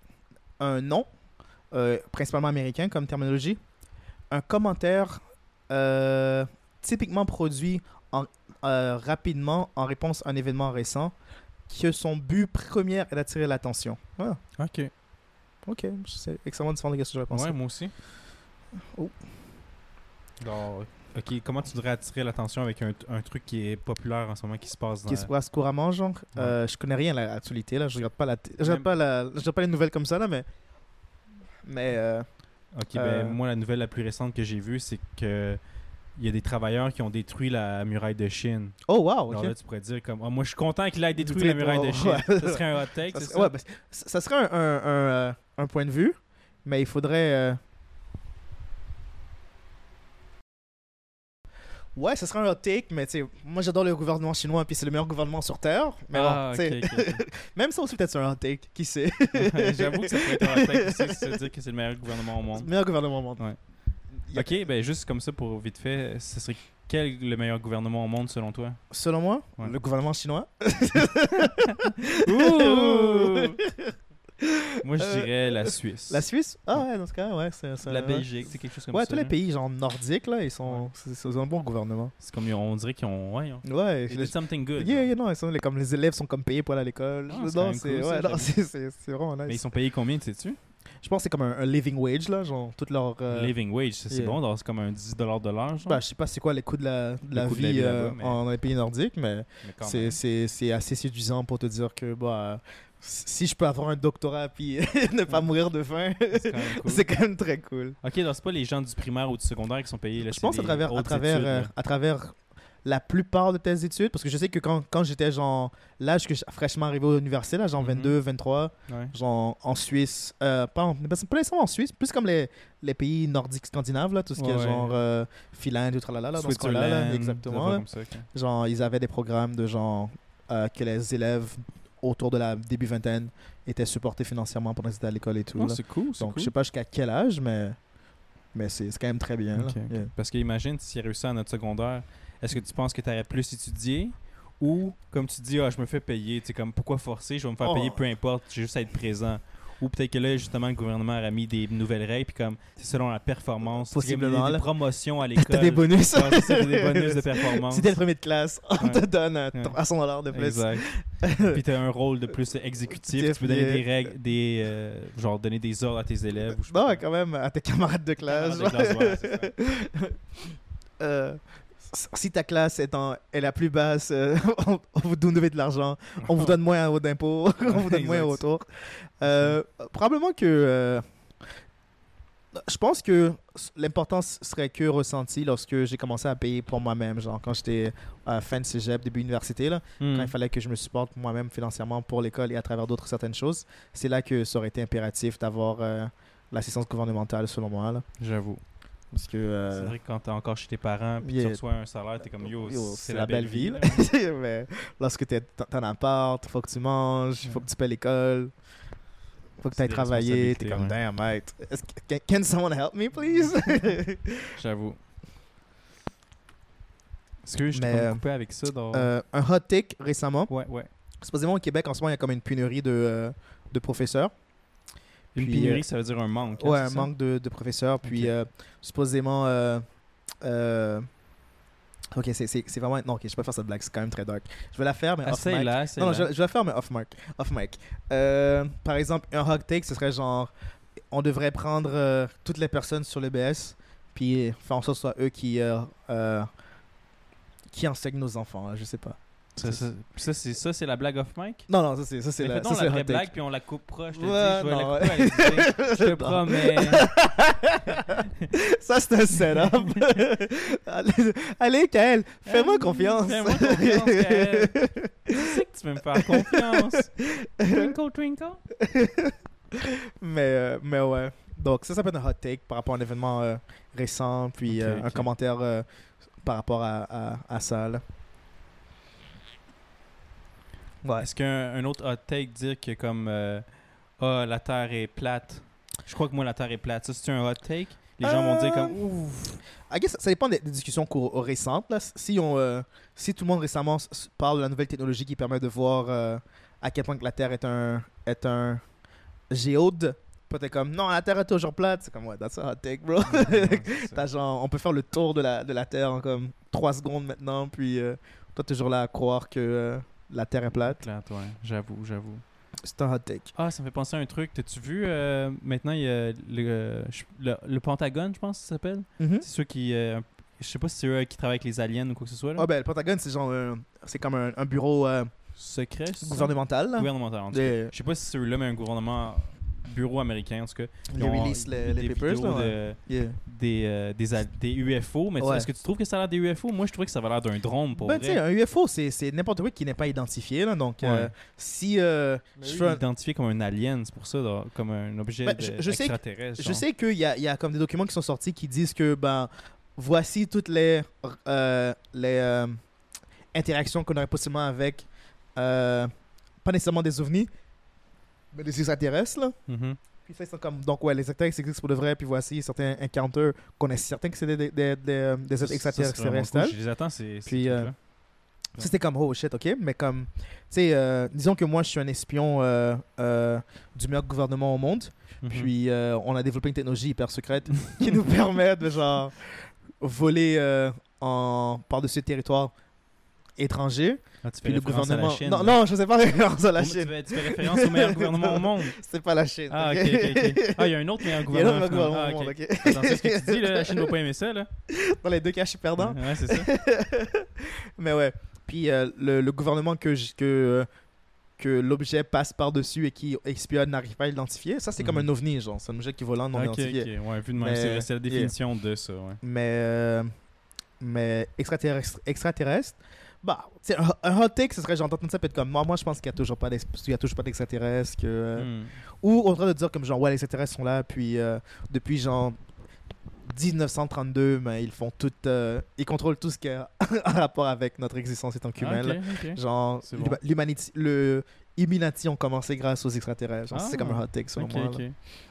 Speaker 1: un nom, euh, principalement américain comme terminologie, un commentaire euh, typiquement produit en- euh, rapidement en réponse à un événement récent, que son but premier est d'attirer l'attention. Ah, Voilà.
Speaker 2: Ok.
Speaker 1: Ok, c'est extrêmement différent de ce que j'aurais pensé.
Speaker 2: moi aussi.
Speaker 1: Oh.
Speaker 2: Donc, ok, comment tu voudrais attirer l'attention avec un, un truc qui est populaire en ce moment qui se passe dans
Speaker 1: Qui se passe couramment, genre.
Speaker 2: Ouais.
Speaker 1: Euh, je connais rien à l'actualité, là. Je regarde pas la, t- je
Speaker 2: Même-
Speaker 1: regarde pas la, je regarde pas les nouvelles comme ça, là, mais, mais euh,
Speaker 2: Ok,
Speaker 1: Euh,
Speaker 2: ben moi la nouvelle la plus récente que j'ai vue, c'est que il y a des travailleurs qui ont détruit la muraille de Chine.
Speaker 1: oh wow,
Speaker 2: Alors
Speaker 1: ok.
Speaker 2: là, tu pourrais dire comme, Ah, moi je suis content qu'il ait détruit la
Speaker 1: Détruit-
Speaker 2: muraille de
Speaker 1: oh,
Speaker 2: Chine.
Speaker 1: ouais.
Speaker 2: Ça serait un hot take,
Speaker 1: Ça
Speaker 2: c'est
Speaker 1: serait-
Speaker 2: ça?
Speaker 1: ouais, ben, c- ça serait un, un- un, euh, un point de vue, mais il faudrait. euh, Ouais, ça serait un hot take, mais tu sais, moi j'adore le gouvernement chinois, puis c'est le meilleur gouvernement sur Terre. Mais
Speaker 2: Ah,
Speaker 1: bon, tu sais,
Speaker 2: ok, ok,
Speaker 1: même ça aussi, peut-être c'est un hot take, qui sait.
Speaker 2: ok. ben, J'avoue que ça pourrait être un hot take aussi, c'est de dire que c'est le meilleur gouvernement au
Speaker 1: le
Speaker 2: monde.
Speaker 1: meilleur gouvernement au monde.
Speaker 2: Ouais.
Speaker 1: Il y a-
Speaker 2: Ok, ben juste comme ça pour vite fait, ce serait quel le meilleur gouvernement au monde selon toi?
Speaker 1: Selon moi,
Speaker 2: Ouais.
Speaker 1: le gouvernement chinois.
Speaker 2: Ouh! Moi, je
Speaker 1: Euh,
Speaker 2: dirais la Suisse.
Speaker 1: La Suisse Ah ouais, dans ce cas, ouais. c'est c'est-
Speaker 2: La
Speaker 1: ouais.
Speaker 2: Belgique, c'est quelque chose comme
Speaker 1: Ouais,
Speaker 2: ça. hein.
Speaker 1: tous les
Speaker 2: là.
Speaker 1: pays genre nordiques, là, ils sont. c'est- c'est- Ils ont un bon gouvernement.
Speaker 2: C'est comme, ils ont- on dirait qu'ils ont. Ouais, ils ont-
Speaker 1: Ouais,
Speaker 2: they
Speaker 1: je-
Speaker 2: did something good. hein.
Speaker 1: Yeah,
Speaker 2: genre.
Speaker 1: yeah, non, ils sont, les- comme les élèves sont comme payés pour aller à l'école.
Speaker 2: Ah, c'est quand
Speaker 1: non,
Speaker 2: même
Speaker 1: c'est
Speaker 2: cool, ça,
Speaker 1: ouais, non,
Speaker 2: j'avoue.
Speaker 1: c'est- c'est- c'est vraiment nice.
Speaker 2: Mais ils sont payés combien, tu sais-tu
Speaker 1: Je pense que c'est comme un, un living wage, là, genre, toute leur. euh,
Speaker 2: Living wage, c'est c'est
Speaker 1: yeah.
Speaker 2: bon, genre, c'est comme un 10 de l'heure. genre.
Speaker 1: bah, je sais pas c'est quoi les coûts de la, de la
Speaker 2: coût de la
Speaker 1: vie,
Speaker 2: vie
Speaker 1: euh,
Speaker 2: là-bas, mais-
Speaker 1: en, dans les pays nordiques, mais
Speaker 2: Mais quand
Speaker 1: c'est-
Speaker 2: même.
Speaker 1: c'est c'est assez séduisant pour te dire que bah, si je peux avoir un doctorat puis ne pas
Speaker 2: Ouais.
Speaker 1: mourir de faim,
Speaker 2: C'est quand même cool.
Speaker 1: c'est quand même très cool.
Speaker 2: Ok, donc c'est pas les gens du primaire ou du secondaire qui sont payés. Là,
Speaker 1: je
Speaker 2: c'est
Speaker 1: pense à
Speaker 2: des
Speaker 1: travers, à,
Speaker 2: hautes
Speaker 1: travers,
Speaker 2: études,
Speaker 1: euh,
Speaker 2: là.
Speaker 1: à travers la plupart de tes études, parce que je sais que quand, quand j'étais genre l'âge que je- fraîchement arrivé à l'université, là, genre
Speaker 2: Mhm.
Speaker 1: 22, 23,
Speaker 2: Ouais.
Speaker 1: genre en Suisse, euh, pas, en- pas nécessairement en Suisse, plus comme les, les pays nordiques scandinaves, là, tout ce qui
Speaker 2: Ouais,
Speaker 1: est
Speaker 2: ouais.
Speaker 1: genre euh, Finlande, tout tralala, là, dans ce coin-là, là,
Speaker 2: Switzerland, des
Speaker 1: exactement.
Speaker 2: affaires
Speaker 1: là.
Speaker 2: comme ça, ok.
Speaker 1: Genre, ils avaient des programmes de genre euh, que les élèves autour de la début vingtaine étaient supportés financièrement pendant qu'ils étaient à l'école et tout.
Speaker 2: Oh,
Speaker 1: là.
Speaker 2: c'est cool, c'est
Speaker 1: Donc,
Speaker 2: cool.
Speaker 1: je sais pas jusqu'à quel âge, mais, mais c'est c'est quand même très bien. là.
Speaker 2: Ok, ok.
Speaker 1: Yeah.
Speaker 2: Parce que imagine, si réussi à notre secondaire, est-ce que tu penses que tu aurais plus étudié ou, comme tu dis, ah, je me fais payer, tu sais, comme pourquoi forcer, je vais me faire
Speaker 1: Oh.
Speaker 2: payer, peu importe, j'ai juste à être présent. Ou peut-être que là, justement, le gouvernement a mis des nouvelles règles, puis comme, c'est selon la performance, tu sais, comme
Speaker 1: Possiblement,
Speaker 2: des,
Speaker 1: là.
Speaker 2: des promotions à
Speaker 1: T'as des
Speaker 2: l'école.
Speaker 1: bonus.
Speaker 2: Ah, c'est ça, t'as des bonus de performance.
Speaker 1: Si t'es le premier de classe, on
Speaker 2: Ouais.
Speaker 1: te donne un
Speaker 2: Ouais.
Speaker 1: 300 dollars de plus.
Speaker 2: Exact. Puis t'as un rôle de plus exécutif, tu peux donner des
Speaker 1: Yeah.
Speaker 2: règles, des euh, genre donner des ordres à tes élèves. Ou je sais
Speaker 1: Non,
Speaker 2: pas.
Speaker 1: quand même, à tes camarades de classe.
Speaker 2: Camarades de classe, ouais,
Speaker 1: Euh, si ta classe est, en- est la plus basse, euh, on, on vous donne de l'argent, on vous donne moins d'impôts, on vous donne moins
Speaker 2: Exact.
Speaker 1: au retour. Euh, probablement que. euh, je pense que s- l'importance serait que ressentie lorsque j'ai commencé à payer pour moi-même, genre quand j'étais à fin de cégep, début université, là,
Speaker 2: Hmm.
Speaker 1: quand il fallait que je me supporte moi-même financièrement pour l'école et à travers d'autres certaines choses, c'est là que ça aurait été impératif d'avoir euh, l'assistance gouvernementale, selon moi. là.
Speaker 2: J'avoue.
Speaker 1: Parce que.
Speaker 2: C'est
Speaker 1: euh,
Speaker 2: vrai que quand t'es encore chez tes parents, puis tu
Speaker 1: Yeah.
Speaker 2: reçois un salaire, t'es comme yo, c'est la, belle vie.
Speaker 1: ville.
Speaker 2: là.
Speaker 1: Mais lorsque t'es- t'en t'en as un appart, faut que tu manges, faut que tu payes l'école, faut que
Speaker 2: C'est
Speaker 1: tu ailles
Speaker 2: des
Speaker 1: travailler, t'es comme
Speaker 2: responsabilités, ouais.
Speaker 1: damn mate. est-ce que- Can, can someone help me please?
Speaker 2: J'avoue. Est-ce que je
Speaker 1: Mais,
Speaker 2: t'ai
Speaker 1: euh,
Speaker 2: coupé avec ça dans.
Speaker 1: Euh, un hot take récemment.
Speaker 2: ouais, ouais.
Speaker 1: Supposément au Québec en ce moment il y a comme une pénurie de, euh, de professeurs.
Speaker 2: Une
Speaker 1: puis,
Speaker 2: pénurie,
Speaker 1: euh,
Speaker 2: ça veut dire un manque. hein,
Speaker 1: Ouais,
Speaker 2: c'est
Speaker 1: un
Speaker 2: ça?
Speaker 1: manque de, de professeurs. Puis,
Speaker 2: Ok.
Speaker 1: euh, supposément. euh, euh, ok, c'est- c'est c'est vraiment. Non, ok, je peux pas faire cette blague, c'est quand même très dark. Je vais la faire, mais
Speaker 2: Ah,
Speaker 1: off mic.
Speaker 2: c'est là, c'est
Speaker 1: Non, non,
Speaker 2: là.
Speaker 1: je, je vais la faire, mais off mic. Off mic. Euh, par exemple, un hot take, ce serait genre. On devrait prendre euh, toutes les personnes sur le BS, puis faire en sorte que ce soit eux qui. euh, euh, qui enseignent nos enfants, là, je sais pas.
Speaker 2: Ça, ça- ça, c'est ça, c'est la blague off mic.
Speaker 1: Non, non, ça c'est ça c'est
Speaker 2: Mais
Speaker 1: la,
Speaker 2: Faisons
Speaker 1: ça, c'est
Speaker 2: la
Speaker 1: le
Speaker 2: vraie
Speaker 1: hot take.
Speaker 2: blague, puis on la coupera. Je te
Speaker 1: Ouais,
Speaker 2: dis, je vais
Speaker 1: non,
Speaker 2: la couper. elle est- Je te
Speaker 1: Non.
Speaker 2: promets.
Speaker 1: Ça, c'est un setup. allez, allez, Kaël, fais-moi
Speaker 2: Euh,
Speaker 1: confiance.
Speaker 2: Fais-moi confiance, Kaël. Tu sais que tu peux me faire confiance. Twinkle, twinkle.
Speaker 1: mais, euh, mais ouais. Donc, ça, ça peut être un hot take par rapport à un événement euh, récent, puis
Speaker 2: Ok,
Speaker 1: euh, un
Speaker 2: ok.
Speaker 1: commentaire euh, par rapport à, à, à ça. là. Ouais.
Speaker 2: Est-ce qu'un un autre hot take dire que comme euh, ah la terre est plate. Je crois que moi la terre est plate. Ça c'est un hot take. Les gens vont dire comme
Speaker 1: Ouf. Euh, I guess, ça dépend des, des discussions cour- euh, récentes. Là. Si, on, euh, si tout le monde récemment s- s- parle de la nouvelle technologie qui permet de voir euh, à quel point que la Terre est un, est un géode, peut t'es comme non, la Terre est toujours plate. C'est comme ouais, that's a hot take, bro.
Speaker 2: Mm-hmm.
Speaker 1: T'as genre, on peut faire le tour de la, de la Terre en comme 3 secondes maintenant, puis euh, toi, t'es toujours là à croire que euh, la Terre est plate.
Speaker 2: plate, ouais. J'avoue, j'avoue.
Speaker 1: C'est un hot take.
Speaker 2: Ah, ça me fait penser à un truc. T'as-tu vu euh, maintenant il y a le, euh, je- le, le Pentagone, je pense que ça s'appelle.
Speaker 1: Mhm.
Speaker 2: C'est ceux qui euh, je sais pas si c'est eux qui travaillent avec les aliens ou quoi que ce soit là.
Speaker 1: Ah ben, le Pentagone, c'est genre, un- c'est comme un, un bureau euh,
Speaker 2: Secret. c'est ça?
Speaker 1: gouvernemental. là.
Speaker 2: Gouvernemental. en tout cas.
Speaker 1: Des- euh,
Speaker 2: Je sais pas si c'est eux-là mais un gouvernement bureau américain en tout cas.
Speaker 1: Ils
Speaker 2: ont
Speaker 1: release les,
Speaker 2: des
Speaker 1: les papers.
Speaker 2: vidéos
Speaker 1: là, ouais.
Speaker 2: de-
Speaker 1: Yeah.
Speaker 2: des, euh, des, al- des UFO, mais tu-
Speaker 1: Ouais.
Speaker 2: est-ce que tu trouves que ça a l'air des UFO? Moi, je trouvais que ça avait l'air d'un drone, pour
Speaker 1: Ben, tu sais,
Speaker 2: vrai.
Speaker 1: un UFO, c'est c'est n'importe quoi qui n'est pas identifié. Là, donc,
Speaker 2: Ouais.
Speaker 1: euh, si euh, je, fais un-
Speaker 2: identifié comme un alien, c'est pour ça, là, comme un objet
Speaker 1: Ben,
Speaker 2: de-
Speaker 1: je- je sais que-
Speaker 2: extraterrestre.
Speaker 1: je
Speaker 2: genre.
Speaker 1: sais qu'il y a, il y a comme des documents qui sont sortis qui disent que ben, voici toutes les, euh, les euh, interactions qu'on aurait possiblement avec, euh, pas nécessairement des ovnis, mais des extraterrestres. Là.
Speaker 2: Mhm.
Speaker 1: Puis ça, ils sont comme, donc, ouais, les extraterrestres existent pour de vrai. Puis voici certains encounters qu'on est certain que c'est des, des, des, des, des
Speaker 2: Ça, ça, c'est vraiment
Speaker 1: extraterrestres.
Speaker 2: cool. Je les attends, c'est
Speaker 1: Puis, euh, Ça, c'était comme, oh shit, ok, mais comme, tu sais, euh, disons que moi, je suis un espion euh, euh, du meilleur gouvernement au monde,
Speaker 2: Mhm.
Speaker 1: puis euh, on a développé une technologie hyper secrète qui nous permet de, genre, voler euh, en, par-dessus le territoire étranger.
Speaker 2: Ah, tu fais
Speaker 1: Puis le
Speaker 2: référence à la
Speaker 1: gouvernement.
Speaker 2: Chine.
Speaker 1: Non, non, je sais pas référence à la
Speaker 2: Oh, tu
Speaker 1: Chine.
Speaker 2: fais- Tu fais référence au meilleur gouvernement au monde.
Speaker 1: C'est pas la Chine.
Speaker 2: Ah, ok,
Speaker 1: ok?
Speaker 2: ok, ok. Ah, il y a un autre meilleur
Speaker 1: Il y a
Speaker 2: gouvernement.
Speaker 1: le
Speaker 2: finalement.
Speaker 1: gouvernement
Speaker 2: Ah,
Speaker 1: au
Speaker 2: ok.
Speaker 1: monde, ok.
Speaker 2: Attends, c'est ce que tu dis, là. La Chine ne va pas aimer ça, là.
Speaker 1: Dans les deux cas, je suis perdant.
Speaker 2: Ouais, c'est ça.
Speaker 1: Mais ouais. Puis euh, le, le gouvernement que, j- que, euh, que l'objet passe par-dessus et qui espionne n'arrive pas à identifier, ça c'est comme
Speaker 2: Mhm.
Speaker 1: un ovni, genre. C'est un objet qui est volant non
Speaker 2: Ok,
Speaker 1: identifié.
Speaker 2: ok. Ouais, vu de même,
Speaker 1: Mais-
Speaker 2: c'est c'est la
Speaker 1: yeah.
Speaker 2: définition de ça, ouais.
Speaker 1: Mais, euh, mais extraterrestre, extraterrestre, bah, tu sais, un, un hot take, ce serait genre d'entendre ça peut-être comme moi, moi je pense qu'il n'y a toujours pas d'ex- qu'il y a toujours pas d'extraterrestres. que, euh,
Speaker 2: Hmm.
Speaker 1: Ou au train de dire comme genre, ouais, les extraterrestres sont là, puis euh, depuis genre 1932, mais ben, ils font tout, euh, ils contrôlent tout ce qui a un rapport avec notre existence étant qu'humaine.
Speaker 2: Ah, ok, ok.
Speaker 1: Genre,
Speaker 2: C'est bon.
Speaker 1: l'huma- l'humanité, le Illuminati ont commencé grâce aux extraterrestres. Genre,
Speaker 2: Ah.
Speaker 1: c'est comme un hot take selon
Speaker 2: Ok,
Speaker 1: moi.
Speaker 2: ok.
Speaker 1: là.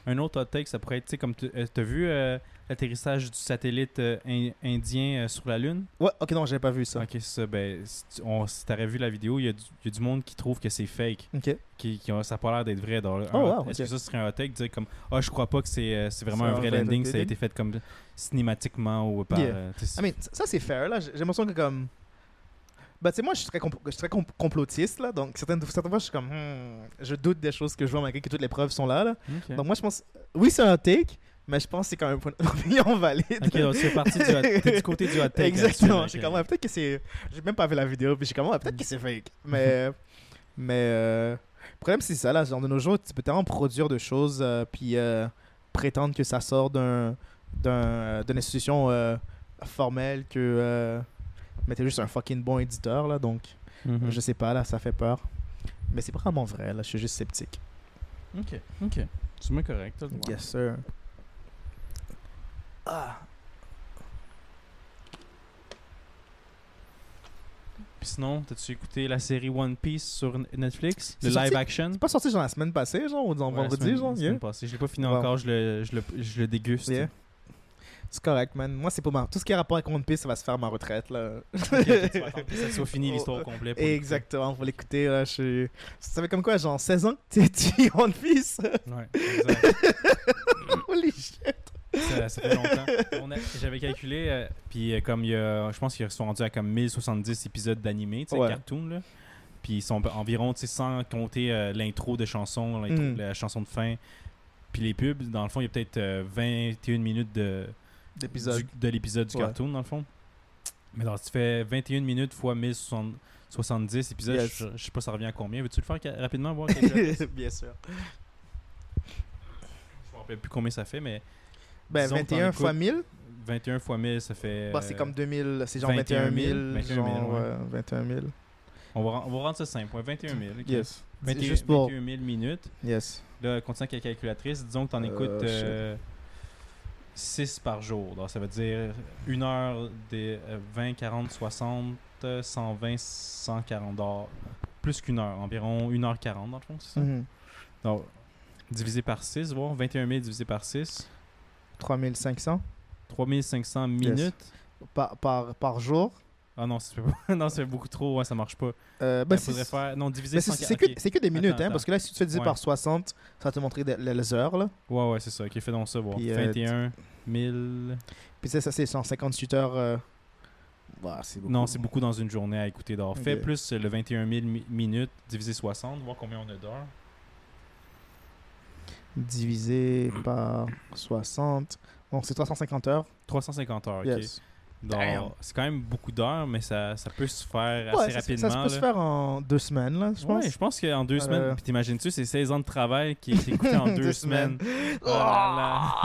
Speaker 2: Un autre hot take, ça pourrait être, tu sais, comme tu as vu euh, l'atterrissage du satellite euh, in- indien euh, sur la Lune.
Speaker 1: Ouais, ok, non, j'avais pas vu ça.
Speaker 2: Ok, c'est ça, ben, si tu on- si t'aurais vu la vidéo, il y, a du- il y a du monde qui trouve que c'est fake,
Speaker 1: Ok.
Speaker 2: qui, qui ont- ça a pas l'air d'être vrai. donc,
Speaker 1: Oh,
Speaker 2: un-
Speaker 1: wow,
Speaker 2: Est-ce
Speaker 1: ok.
Speaker 2: que ça serait un hot take, de dire comme, ah, je crois pas que c'est euh, c'est vraiment
Speaker 1: C'est
Speaker 2: un vrai
Speaker 1: un vrai
Speaker 2: landing, ça a
Speaker 1: landing.
Speaker 2: été fait comme cinématiquement ou par.
Speaker 1: Yeah.
Speaker 2: euh, tu sais,
Speaker 1: Ah, mais ça, c'est fair, là. J'ai j'ai l'impression que comme. Bah, tu sais, moi, je suis très, compl- je suis très comp- complotiste, là. Donc, certaines, certaines fois, je suis comme. hmm, je doute des choses que je vois, malgré que toutes les preuves sont là, là.
Speaker 2: Ok.
Speaker 1: Donc, moi, je pense. Oui, c'est un hot take, mais je pense que c'est quand même une opinion valide.
Speaker 2: Ok, donc tu fais partie du, hot- t'es du côté du hot take. hein,
Speaker 1: Exactement.
Speaker 2: là-dessus,
Speaker 1: J'ai
Speaker 2: ok.
Speaker 1: comme, ouais, peut-être que c'est. J'ai même pas vu la vidéo, puis j'ai comme, ouais, peut-être que c'est fake. Mais. mais. euh, le problème, c'est ça, là. Genre, de nos jours, tu peux tellement produire de choses, euh, puis euh, prétendre que ça sort d'un. d'un euh, d'une institution euh, formelle que. euh, mais t'es juste un fucking bon éditeur, là. Donc,
Speaker 2: Mhm.
Speaker 1: je sais pas, là, ça fait peur. Mais c'est pas vraiment vrai, là. Je suis juste sceptique.
Speaker 2: Ok, ok. C'est bien correct. t'as le droit.
Speaker 1: Yes, sir. Ah.
Speaker 2: Puis sinon, t'as-tu écouté la série One Piece sur N- Netflix Le
Speaker 1: C'est sorti-
Speaker 2: live action
Speaker 1: C'est pas sorti, genre, la semaine passée, genre, ou en
Speaker 2: Ouais,
Speaker 1: vendredi,
Speaker 2: semaine-
Speaker 1: genre. yeah?
Speaker 2: semaine passée. Je l'ai pas fini
Speaker 1: Wow.
Speaker 2: encore, je le, je, le, je le déguste.
Speaker 1: Yeah. C'est correct, man. Moi, c'est pas mal. Tout ce qui est rapport avec One Piece, ça va se faire à ma retraite, là.
Speaker 2: Ok, ok, tu vas attendre que ça soit fini l'histoire au complet. pour
Speaker 1: Oh. Exactement, pour l'écouter, là, je suis... Ça fait comme quoi, genre 16 ans que t'es One Piece?
Speaker 2: l'écouter. Ouais, exact.
Speaker 1: Holy shit!
Speaker 2: ça, ça fait longtemps. On a- J'avais calculé, euh, puis euh, comme il y a, je pense qu'ils sont rendus à comme 1070 épisodes d'animé, tu sais,
Speaker 1: Ouais.
Speaker 2: cartoon, là. Puis ils sont environ, tu sais, sans compter euh, l'intro de chansons, l'intro-
Speaker 1: Mm.
Speaker 2: la chanson de fin, puis les pubs. Dans le fond, il y a peut-être euh, 21 minutes de,
Speaker 1: D'épisode.
Speaker 2: du- de l'épisode du
Speaker 1: Ouais.
Speaker 2: cartoon, dans le fond. Mais alors, tu fais 21 minutes fois 1070 épisodes,
Speaker 1: Yes.
Speaker 2: je, je sais pas ça revient à combien. Veux-tu le faire ca- rapidement, voir quelque chose?
Speaker 1: Bien sûr.
Speaker 2: Je me rappelle plus combien ça fait, mais
Speaker 1: Ben,
Speaker 2: Disons que t'en
Speaker 1: 21 fois
Speaker 2: écoutes.
Speaker 1: 1000,
Speaker 2: 21 fois 1000, ça fait...
Speaker 1: bah, c'est
Speaker 2: euh,
Speaker 1: comme 2000, c'est genre 21
Speaker 2: 21 000,
Speaker 1: 000,
Speaker 2: 21 000,
Speaker 1: genre
Speaker 2: ouais.
Speaker 1: euh, 21 000.
Speaker 2: On va, ren- on va rendre ça simple, ouais, 21 000. ok.
Speaker 1: Yes. C'est
Speaker 2: 21,
Speaker 1: juste pour...
Speaker 2: 21 000 minutes.
Speaker 1: Yes.
Speaker 2: Là, continuant avec la calculatrice, disons que tu en
Speaker 1: Euh,
Speaker 2: écoutes
Speaker 1: shit.
Speaker 2: 6 par jour. Donc, ça veut dire 1 heure des euh, 20, 40, 60, euh, 120, 140 heures. Plus qu'une heure, environ 1 heure 40 dans le fond, c'est ça?
Speaker 1: Mhm.
Speaker 2: Donc, divisé par 6, voir 21 000 divisé par 6,
Speaker 1: 3500
Speaker 2: 3500 minutes.
Speaker 1: par, par, par jour.
Speaker 2: Ah non, ça fait, pas- non, ça fait beaucoup trop, ouais, ça marche pas.
Speaker 1: Euh, ben,
Speaker 2: Il
Speaker 1: c'est-
Speaker 2: faudrait faire. Non, divisé
Speaker 1: mais
Speaker 2: par
Speaker 1: c'est
Speaker 2: 140.
Speaker 1: c'est que, c'est que des minutes,
Speaker 2: Attends,
Speaker 1: hein, parce que là, si tu fais diviser
Speaker 2: Ouais.
Speaker 1: par 60, ça va te montrer des- les, les heures, là.
Speaker 2: Ouais, ouais, c'est ça. Ok, fais donc ça, voir.
Speaker 1: Puis, euh,
Speaker 2: 21 000.
Speaker 1: Puis ça, ça c'est 158 heures. euh, bah, c'est beaucoup.
Speaker 2: Non, c'est beaucoup dans une journée à écouter d'or. Fait
Speaker 1: Ok.
Speaker 2: plus euh, le 21 000 mi- minutes divisé 60, voir combien on a d'heures.
Speaker 1: Divisé par 60. Donc, c'est 350 heures.
Speaker 2: 350 heures, ok.
Speaker 1: Yes.
Speaker 2: Donc,
Speaker 1: Damn.
Speaker 2: c'est quand même beaucoup d'heures, mais ça, ça peut se faire
Speaker 1: Ouais,
Speaker 2: assez
Speaker 1: ça, se-
Speaker 2: rapidement.
Speaker 1: ça se peut se
Speaker 2: là.
Speaker 1: faire en deux semaines, là, je pense.
Speaker 2: Ouais, je pense qu'en deux
Speaker 1: Euh,
Speaker 2: semaines, puis t'imagines-tu, c'est 16 ans de travail qui est écouté en deux
Speaker 1: Deux
Speaker 2: semaines.
Speaker 1: semaines. Ah.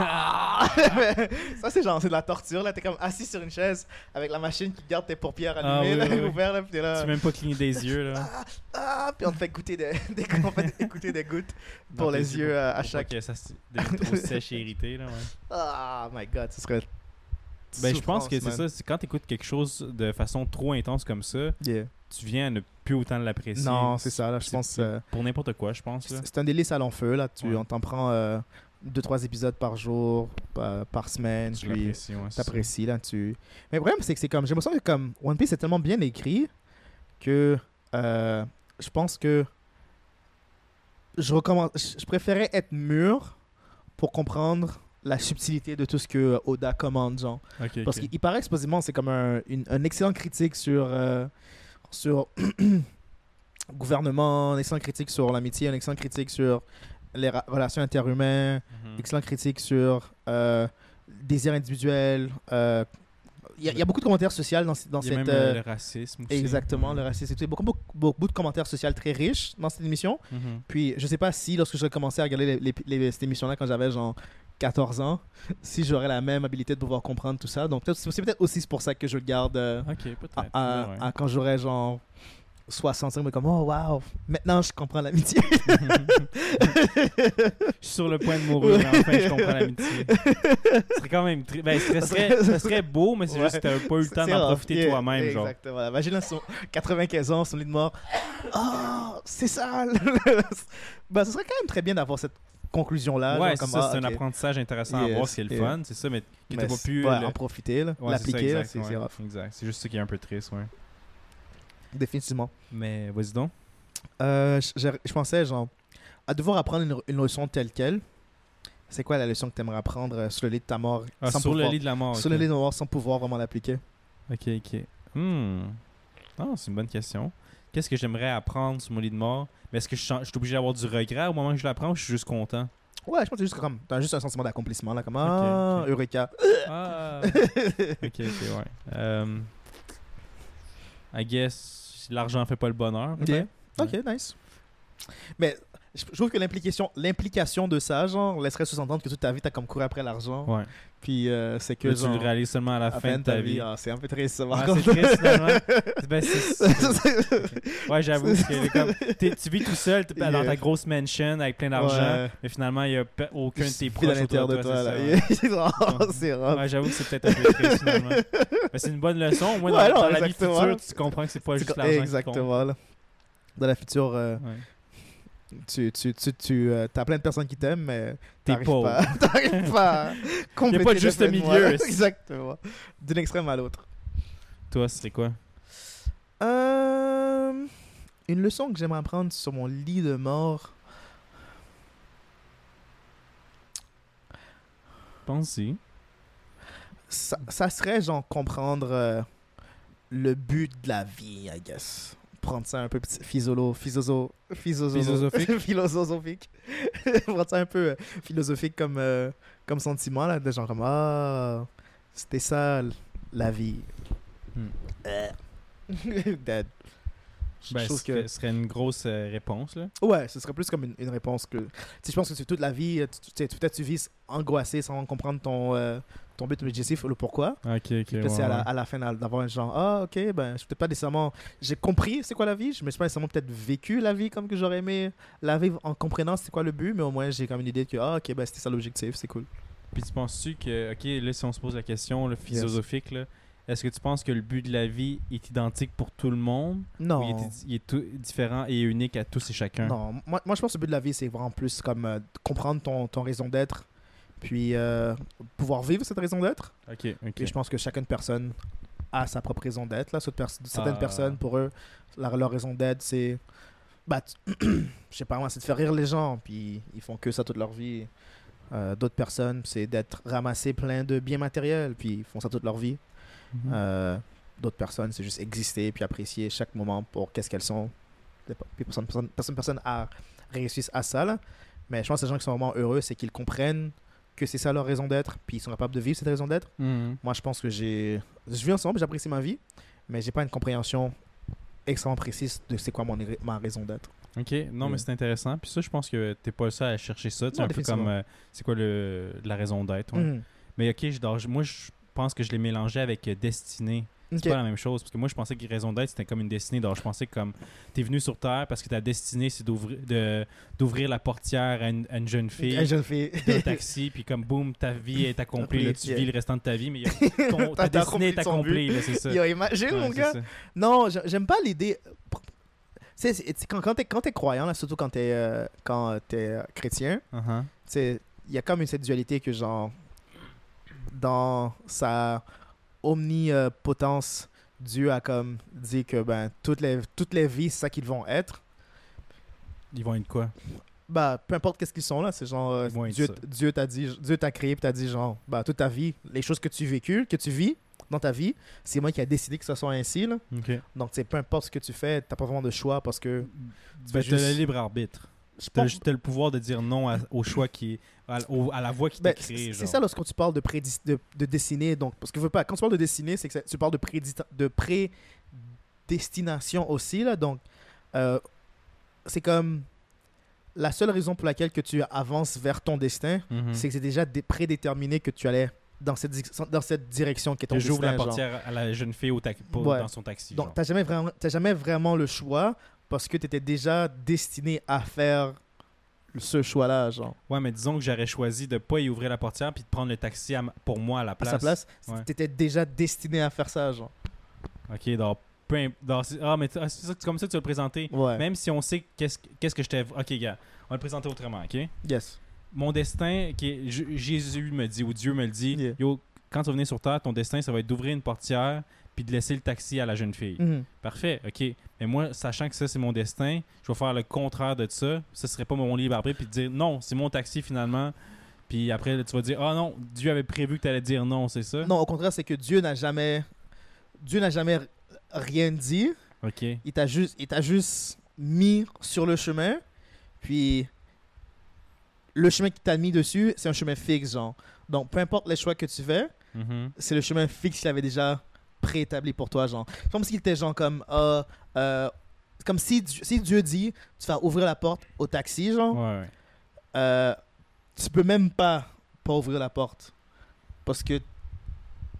Speaker 2: Oh là là.
Speaker 1: Mais ça, c'est genre, c'est de la torture, là. T'es comme assis sur une chaise avec la machine qui garde tes paupières
Speaker 2: Ah,
Speaker 1: allumées,
Speaker 2: oui,
Speaker 1: là,
Speaker 2: oui, oui.
Speaker 1: ouvertes, là, puis t'es
Speaker 2: tu
Speaker 1: là.
Speaker 2: peux même pas cligner des yeux, là.
Speaker 1: Ah, puis on te fait goûter des, des, on fait écouter des gouttes pour
Speaker 2: Dans tes
Speaker 1: les yeux euh, à
Speaker 2: pour pas
Speaker 1: chaque.
Speaker 2: que ça se- devienne trop sèche et irrité, là, ouais.
Speaker 1: Ah, my god, ce serait.
Speaker 2: Ben, je pense que c'est
Speaker 1: Souffrance, man.
Speaker 2: ça, c'est quand t'écoutes quelque chose de façon trop intense comme ça,
Speaker 1: Yeah.
Speaker 2: tu viens à ne plus autant l'apprécier.
Speaker 1: Non, c'est ça, là, je
Speaker 2: c'est-
Speaker 1: pense. euh,
Speaker 2: Pour n'importe quoi, je pense. Là.
Speaker 1: C'est c'est un délice à long feu, là. Tu,
Speaker 2: Ouais.
Speaker 1: On t'en prend euh, deux, trois épisodes par jour, par, par semaine,
Speaker 2: Je
Speaker 1: puis
Speaker 2: l'apprécie, ouais, c'est ça.
Speaker 1: t'apprécies, là. Tu... Mais le problème, c'est que c'est comme... J'ai l'impression que comme One Piece est tellement bien écrit que euh, je pense que je, recommande, je je préférais être mûr pour comprendre la subtilité de tout ce que euh, Oda commande, genre.
Speaker 2: Ok, ok.
Speaker 1: Parce qu'il paraît que supposément, c'est comme un, une, un excellent critique sur. euh, sur gouvernement, un excellent critique sur l'amitié, un excellent critique sur les ra- relations interhumaines,
Speaker 2: Mhm.
Speaker 1: un excellent critique sur euh, désir individuel. euh, Il y, a- il y a beaucoup de commentaires sociaux dans, ce- dans
Speaker 2: Il y a
Speaker 1: cette.
Speaker 2: même euh,
Speaker 1: euh,
Speaker 2: le racisme aussi.
Speaker 1: Exactement, le
Speaker 2: Ouais.
Speaker 1: racisme. et tout. Beaucoup, beaucoup, beaucoup de commentaires sociaux très riches dans cette émission.
Speaker 2: Mhm.
Speaker 1: Puis, je sais pas si, lorsque j'ai commencé à regarder les, les- les- cette émission-là quand j'avais genre 14 ans, si j'aurais la même habilité de pouvoir comprendre tout ça. Donc, peut-être- c'est peut-être aussi pour ça que je le garde euh,
Speaker 2: Ok, peut-être.
Speaker 1: à- à-
Speaker 2: ouais.
Speaker 1: à quand j'aurai genre 65, mais comme, oh wow, maintenant je comprends l'amitié.
Speaker 2: Je suis sur le point de mourir, mais enfin, je comprends l'amitié. Ce serait quand même tri- ben, ce serait,
Speaker 1: serait-
Speaker 2: ce serait beau, mais c'est
Speaker 1: Ouais.
Speaker 2: juste que t'as pas eu le temps
Speaker 1: C'est
Speaker 2: d'en
Speaker 1: rough,
Speaker 2: profiter
Speaker 1: yeah,
Speaker 2: toi-même, genre.
Speaker 1: Exactement. Imagine, son 95 ans, son lit de mort. Oh, c'est ça. ben, ce serait quand même très bien d'avoir cette conclusion-là. genre,
Speaker 2: ouais, c'est
Speaker 1: comme,
Speaker 2: ça,
Speaker 1: ah,
Speaker 2: c'est un
Speaker 1: ok.
Speaker 2: apprentissage intéressant à
Speaker 1: Yes,
Speaker 2: voir, c'est le
Speaker 1: yeah.
Speaker 2: fun, c'est ça, mais que
Speaker 1: Mais
Speaker 2: t'as pas
Speaker 1: c'est-
Speaker 2: pu
Speaker 1: ouais,
Speaker 2: le-
Speaker 1: en profiter, là,
Speaker 2: Ouais, c'est ça,
Speaker 1: l'appliquer, là,
Speaker 2: exact,
Speaker 1: c'est
Speaker 2: ouais.
Speaker 1: c'est rough.
Speaker 2: Exact, c'est juste ça qui est un peu triste, ouais.
Speaker 1: Définitivement.
Speaker 2: Mais vas-y donc.
Speaker 1: Euh, je- je je pensais, genre, à devoir apprendre une, une leçon telle quelle, c'est quoi la leçon que tu aimerais apprendre euh, sur le lit de ta mort
Speaker 2: Ah,
Speaker 1: sans
Speaker 2: sur le
Speaker 1: pouvoir-
Speaker 2: lit de la mort.
Speaker 1: sur
Speaker 2: ok.
Speaker 1: le lit de ta mort sans pouvoir vraiment l'appliquer
Speaker 2: Ok, ok. Hmm. Ah, c'est une bonne question. Qu'est-ce que j'aimerais apprendre sur mon lit de mort? Mais est-ce que je sens- je suis obligé d'avoir du regret au moment que je l'apprends ou je suis juste content?
Speaker 1: Ouais, je pense que c'est juste comme. T'as juste un sentiment d'accomplissement, là, comme.
Speaker 2: Ok,
Speaker 1: Ah,
Speaker 2: ok.
Speaker 1: Eureka.
Speaker 2: Ah! ok, ok, ouais. Euh, I guess l'argent fait pas le bonheur.
Speaker 1: Ok.
Speaker 2: peut-être.
Speaker 1: Ok, nice. Mais je je trouve que l'implication, l'implication de ça, genre, laisserait sous-entendre que toute ta vie, t'as comme couru après l'argent.
Speaker 2: Ouais.
Speaker 1: Puis euh, c'est que.
Speaker 2: Que tu
Speaker 1: genre,
Speaker 2: le réalises seulement à la
Speaker 1: à
Speaker 2: fin
Speaker 1: peine
Speaker 2: de ta vie.
Speaker 1: Ah, c'est un peu triste, ça,
Speaker 2: Ouais,
Speaker 1: par
Speaker 2: c'est
Speaker 1: contre.
Speaker 2: triste, finalement. Ben, c'est- ouais, j'avoue que comme, t'es- tu vis tout seul t'es pas dans ta
Speaker 1: Yeah.
Speaker 2: grosse mansion avec plein d'argent,
Speaker 1: Ouais.
Speaker 2: mais finalement, il n'y a pe- aucun de tes
Speaker 1: Vide
Speaker 2: proches
Speaker 1: à l'intérieur
Speaker 2: autour
Speaker 1: de toi,
Speaker 2: c'est
Speaker 1: là.
Speaker 2: ça, ouais.
Speaker 1: Oh, c'est rough.
Speaker 2: Ouais, j'avoue que c'est peut-être un peu triste finalement. Mais Ben, c'est une bonne leçon. Au moins, dans,
Speaker 1: Ouais, non,
Speaker 2: dans la vie
Speaker 1: exactement.
Speaker 2: future, tu comprends que c'est pas
Speaker 1: C'est
Speaker 2: juste
Speaker 1: co-
Speaker 2: l'argent. qui compte.
Speaker 1: Exactement, là. Dans la future, euh,
Speaker 2: Ouais.
Speaker 1: tu, tu, tu, tu euh, t'as plein de personnes qui t'aiment, mais
Speaker 2: T'es
Speaker 1: t'arrives
Speaker 2: pauvre.
Speaker 1: pas, t'arrives pas à compléter
Speaker 2: pas de
Speaker 1: le
Speaker 2: juste
Speaker 1: plein de
Speaker 2: milieu,
Speaker 1: mois.
Speaker 2: est-ce que-
Speaker 1: Exactement. D'un extrême à l'autre.
Speaker 2: Toi, c'est quoi
Speaker 1: Euh, une leçon que j'aimerais apprendre sur mon lit de mort.
Speaker 2: Pense-y.
Speaker 1: ça, ça serait genre comprendre euh, le but de la vie, I guess. Prendre ça un peu petit- physolo, physoso, physoso-
Speaker 2: Philosophique.
Speaker 1: philosophique. Prendre ça un peu euh, philosophique comme, euh, comme sentiment, là, de genre comme Ah, c'était ça l- la vie.
Speaker 2: Hmm.
Speaker 1: Euh. Dead. Je
Speaker 2: Ben,
Speaker 1: trouve
Speaker 2: ce serait- serait une grosse euh, réponse. Là.
Speaker 1: Ouais, ce serait plus comme une, une réponse que. Tu sais, je pense que c'est toute la vie, euh, tu- tu sais, peut-être tu vis angoissé sans comprendre ton, euh, ton but objectif, le pourquoi.
Speaker 2: Ok, ok.
Speaker 1: Puis là, c'est à, la- à la fin d'a- d'avoir un genre, ah, ok, ben, je suis peut-être pas nécessairement. J'ai compris c'est quoi la vie, je me suis pas nécessairement peut-être vécu la vie comme que j'aurais aimé la vivre en comprenant c'est quoi le but, mais au moins j'ai comme une idée que, ah, ok, ben, c'était ça l'objectif, c'est cool.
Speaker 2: Puis tu penses-tu que, ok, là, si on se pose la question là, philosophique, là, est-ce que tu penses que le but de la vie est identique pour tout le monde ou il
Speaker 1: Non.
Speaker 2: est, il est tout- différent et unique à tous et chacun
Speaker 1: Non, moi, moi je pense que le but de la vie, c'est vraiment plus comme euh, comprendre ton, ton raison d'être, puis euh, pouvoir vivre cette raison d'être.
Speaker 2: Ok, ok.
Speaker 1: Et je pense que chacune personne a sa propre raison d'être. Là. Cette pers- Certaines
Speaker 2: Ah.
Speaker 1: personnes, pour eux, la- leur raison d'être, c'est. Bah, tu- je sais pas moi, c'est de faire rire les gens, puis ils font que ça toute leur vie. Euh, D'autres personnes, c'est d'être ramassé plein de biens matériels, puis ils font ça toute leur vie.
Speaker 2: Mhm.
Speaker 1: Euh, D'autres personnes, c'est juste exister, puis apprécier chaque moment pour qu'est-ce qu'elles sont. C'est pas- Puis personne, personne, personne, personne a réussi à ça, là. Mais je pense que les gens qui sont vraiment heureux, c'est qu'ils comprennent que c'est ça leur raison d'être, puis ils sont capables de vivre cette raison d'être.
Speaker 2: Mhm.
Speaker 1: Moi, je pense que j'ai. Je vis ensemble, j'apprécie ma vie, mais j'ai pas une compréhension extrêmement précise de c'est quoi mon, ma raison d'être.
Speaker 2: Ok, non, mais
Speaker 1: Ouais.
Speaker 2: c'est intéressant. Puis ça, je pense que t'es pas le seul à chercher ça. C'est
Speaker 1: Non,
Speaker 2: un peu
Speaker 1: définitivement.
Speaker 2: comme euh, c'est quoi le, la raison d'être. ouais.
Speaker 1: Mhm.
Speaker 2: Mais ok, je dors- moi, je pense que je l'ai mélangé avec euh, destinée.
Speaker 1: Ok.
Speaker 2: C'est pas la même chose. Parce que moi, je pensais que raison d'être, c'était comme une destinée. Donc, je pensais que comme t'es venu sur Terre parce que ta destinée, c'est d'ouvrir de- d'ouvrir la portière à une, à une jeune
Speaker 1: Une
Speaker 2: fille.
Speaker 1: jeune fille.
Speaker 2: d'un taxi, puis comme boum, ta vie est accomplie. là, tu
Speaker 1: Yeah.
Speaker 2: vis le restant de ta vie, mais y a- ton- ta
Speaker 1: T'as- t'as
Speaker 2: destinée est
Speaker 1: accompli ton but.
Speaker 2: accomplie. là, C'est ça.
Speaker 1: Yo, imagine,
Speaker 2: Ouais,
Speaker 1: mon
Speaker 2: c'est
Speaker 1: gars.
Speaker 2: ça.
Speaker 1: Non, j'a- j'aime pas l'idée. C'est, c'est- c'est quand, quand t'es, quand t'es croyant, là, surtout quand t'es, euh, quand t'es euh, chrétien,
Speaker 2: Uh-huh.
Speaker 1: c'est- il y a comme une cette dualité que, genre, dans sa omnipotence, Dieu a comme dit que ben toutes les toutes les vies c'est ça qu'ils vont être.
Speaker 2: Ils vont être quoi
Speaker 1: Bah peu importe qu'est-ce qu'ils sont là, c'est genre euh,
Speaker 2: Ils vont être
Speaker 1: Dieu
Speaker 2: ça.
Speaker 1: Dieu t'a dit Dieu t'a créé, puis t'a dit genre bah toute ta vie, les choses que tu vécues, que tu vis dans ta vie, c'est moi qui a décidé que ce soit ainsi là.
Speaker 2: Ok.
Speaker 1: Donc c'est peu importe ce que tu fais, t'as pas vraiment de choix parce que
Speaker 2: Ben,
Speaker 1: vas
Speaker 2: t'as
Speaker 1: juste-
Speaker 2: le libre arbitre.
Speaker 1: je
Speaker 2: T'as
Speaker 1: pense-
Speaker 2: le, t'as le pouvoir de dire non à- au choix qui est. à, au- à la voix qui t'a
Speaker 1: Ben,
Speaker 2: créé.
Speaker 1: c'est c'est
Speaker 2: genre.
Speaker 1: ça lorsqu'on tu parles de, prédis- de, de dessiner. Donc, parce que je veux pas, quand tu parles de dessiner, c'est que ça- tu parles de, prédita- de prédestination aussi. Là, donc, euh, c'est comme la seule raison pour laquelle que tu avances vers ton destin,
Speaker 2: Mhm.
Speaker 1: c'est que c'est déjà dé- prédéterminé que tu allais dans cette, di- dans cette direction qui est ton
Speaker 2: Que j'ouvre
Speaker 1: destin.
Speaker 2: la
Speaker 1: genre.
Speaker 2: portière à la jeune fille au tac- pour-
Speaker 1: Ouais.
Speaker 2: dans son taxi.
Speaker 1: Donc,
Speaker 2: genre.
Speaker 1: tu n'as jamais, vraiment- t'as jamais vraiment le choix parce que tu étais déjà destiné à faire ce choix-là, genre.
Speaker 2: Ouais, mais disons que j'aurais choisi de pas y ouvrir la portière puis de prendre le taxi à m- pour moi à la
Speaker 1: À
Speaker 2: place.
Speaker 1: sa place,
Speaker 2: Ouais.
Speaker 1: tu étais déjà destiné à faire ça, genre.
Speaker 2: Ok, donc. peu imp- donc, c'est- ah, mais t- ah, c'est ça que- comme ça que tu vas le présenter.
Speaker 1: Ouais.
Speaker 2: Même si on sait qu'est-ce que- qu'est-ce que je t'ai. Ok, gars, on va le présenter autrement, ok?
Speaker 1: Yes.
Speaker 2: Mon destin, qui est- J- Jésus me dit, ou Dieu me le dit,
Speaker 1: Yeah.
Speaker 2: yo, quand tu vas venir sur Terre, ton destin, ça va être d'ouvrir une portière puis de laisser le taxi à la jeune fille.
Speaker 1: Mhm.
Speaker 2: Parfait, ok. Mais moi, sachant que ça, c'est mon destin, je vais faire le contraire de ça. Ce serait pas mon libre arbitre, puis de dire non, c'est mon taxi finalement. Puis après, tu vas dire, ah non, Dieu avait prévu que tu allais dire non, c'est ça?
Speaker 1: Non, au contraire, c'est que Dieu n'a jamais, Dieu n'a jamais rien dit.
Speaker 2: Ok.
Speaker 1: Il t'a juste, il t'a juste mis sur le chemin. Puis le chemin qu'il t'a mis dessus, c'est un chemin fixe, genre. Donc, peu importe les choix que tu fais,
Speaker 2: Mhm.
Speaker 1: c'est le chemin fixe qu'il avait déjà préétabli pour toi, genre. C'est Comme s'il était genre comme, ah, euh, comme si, Dieu- si Dieu dit, tu vas ouvrir la porte au taxi, genre.
Speaker 2: Ouais, ouais.
Speaker 1: Euh, tu peux même pas pas ouvrir la porte parce que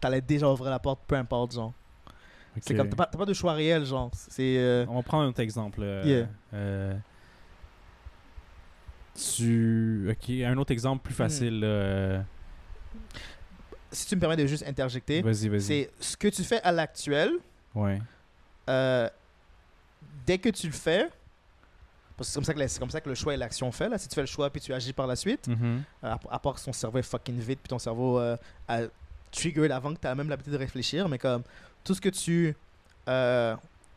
Speaker 1: t'allais déjà ouvrir la porte peu importe genre c'est
Speaker 2: Ok.
Speaker 1: comme t'as pas, t'as pas de choix réel genre c'est euh,
Speaker 2: On va prendre un autre exemple. euh,
Speaker 1: Yeah.
Speaker 2: euh, tu. Ok, un autre exemple plus
Speaker 1: Hmm.
Speaker 2: facile. euh,
Speaker 1: si tu me permets de juste interjecter
Speaker 2: Vas-y, vas-y.
Speaker 1: c'est ce que tu fais à l'actuel
Speaker 2: Ouais.
Speaker 1: euh, dès que tu le fais parce que c'est comme ça que la- c'est comme ça que le choix et l'action fait là si tu fais le choix puis tu agis par la suite
Speaker 2: Mhm.
Speaker 1: euh, à, à part que ton cerveau est fucking vite puis ton cerveau euh, a triggered avant que t'aies même l'habitude de réfléchir mais comme tout ce que tu euh,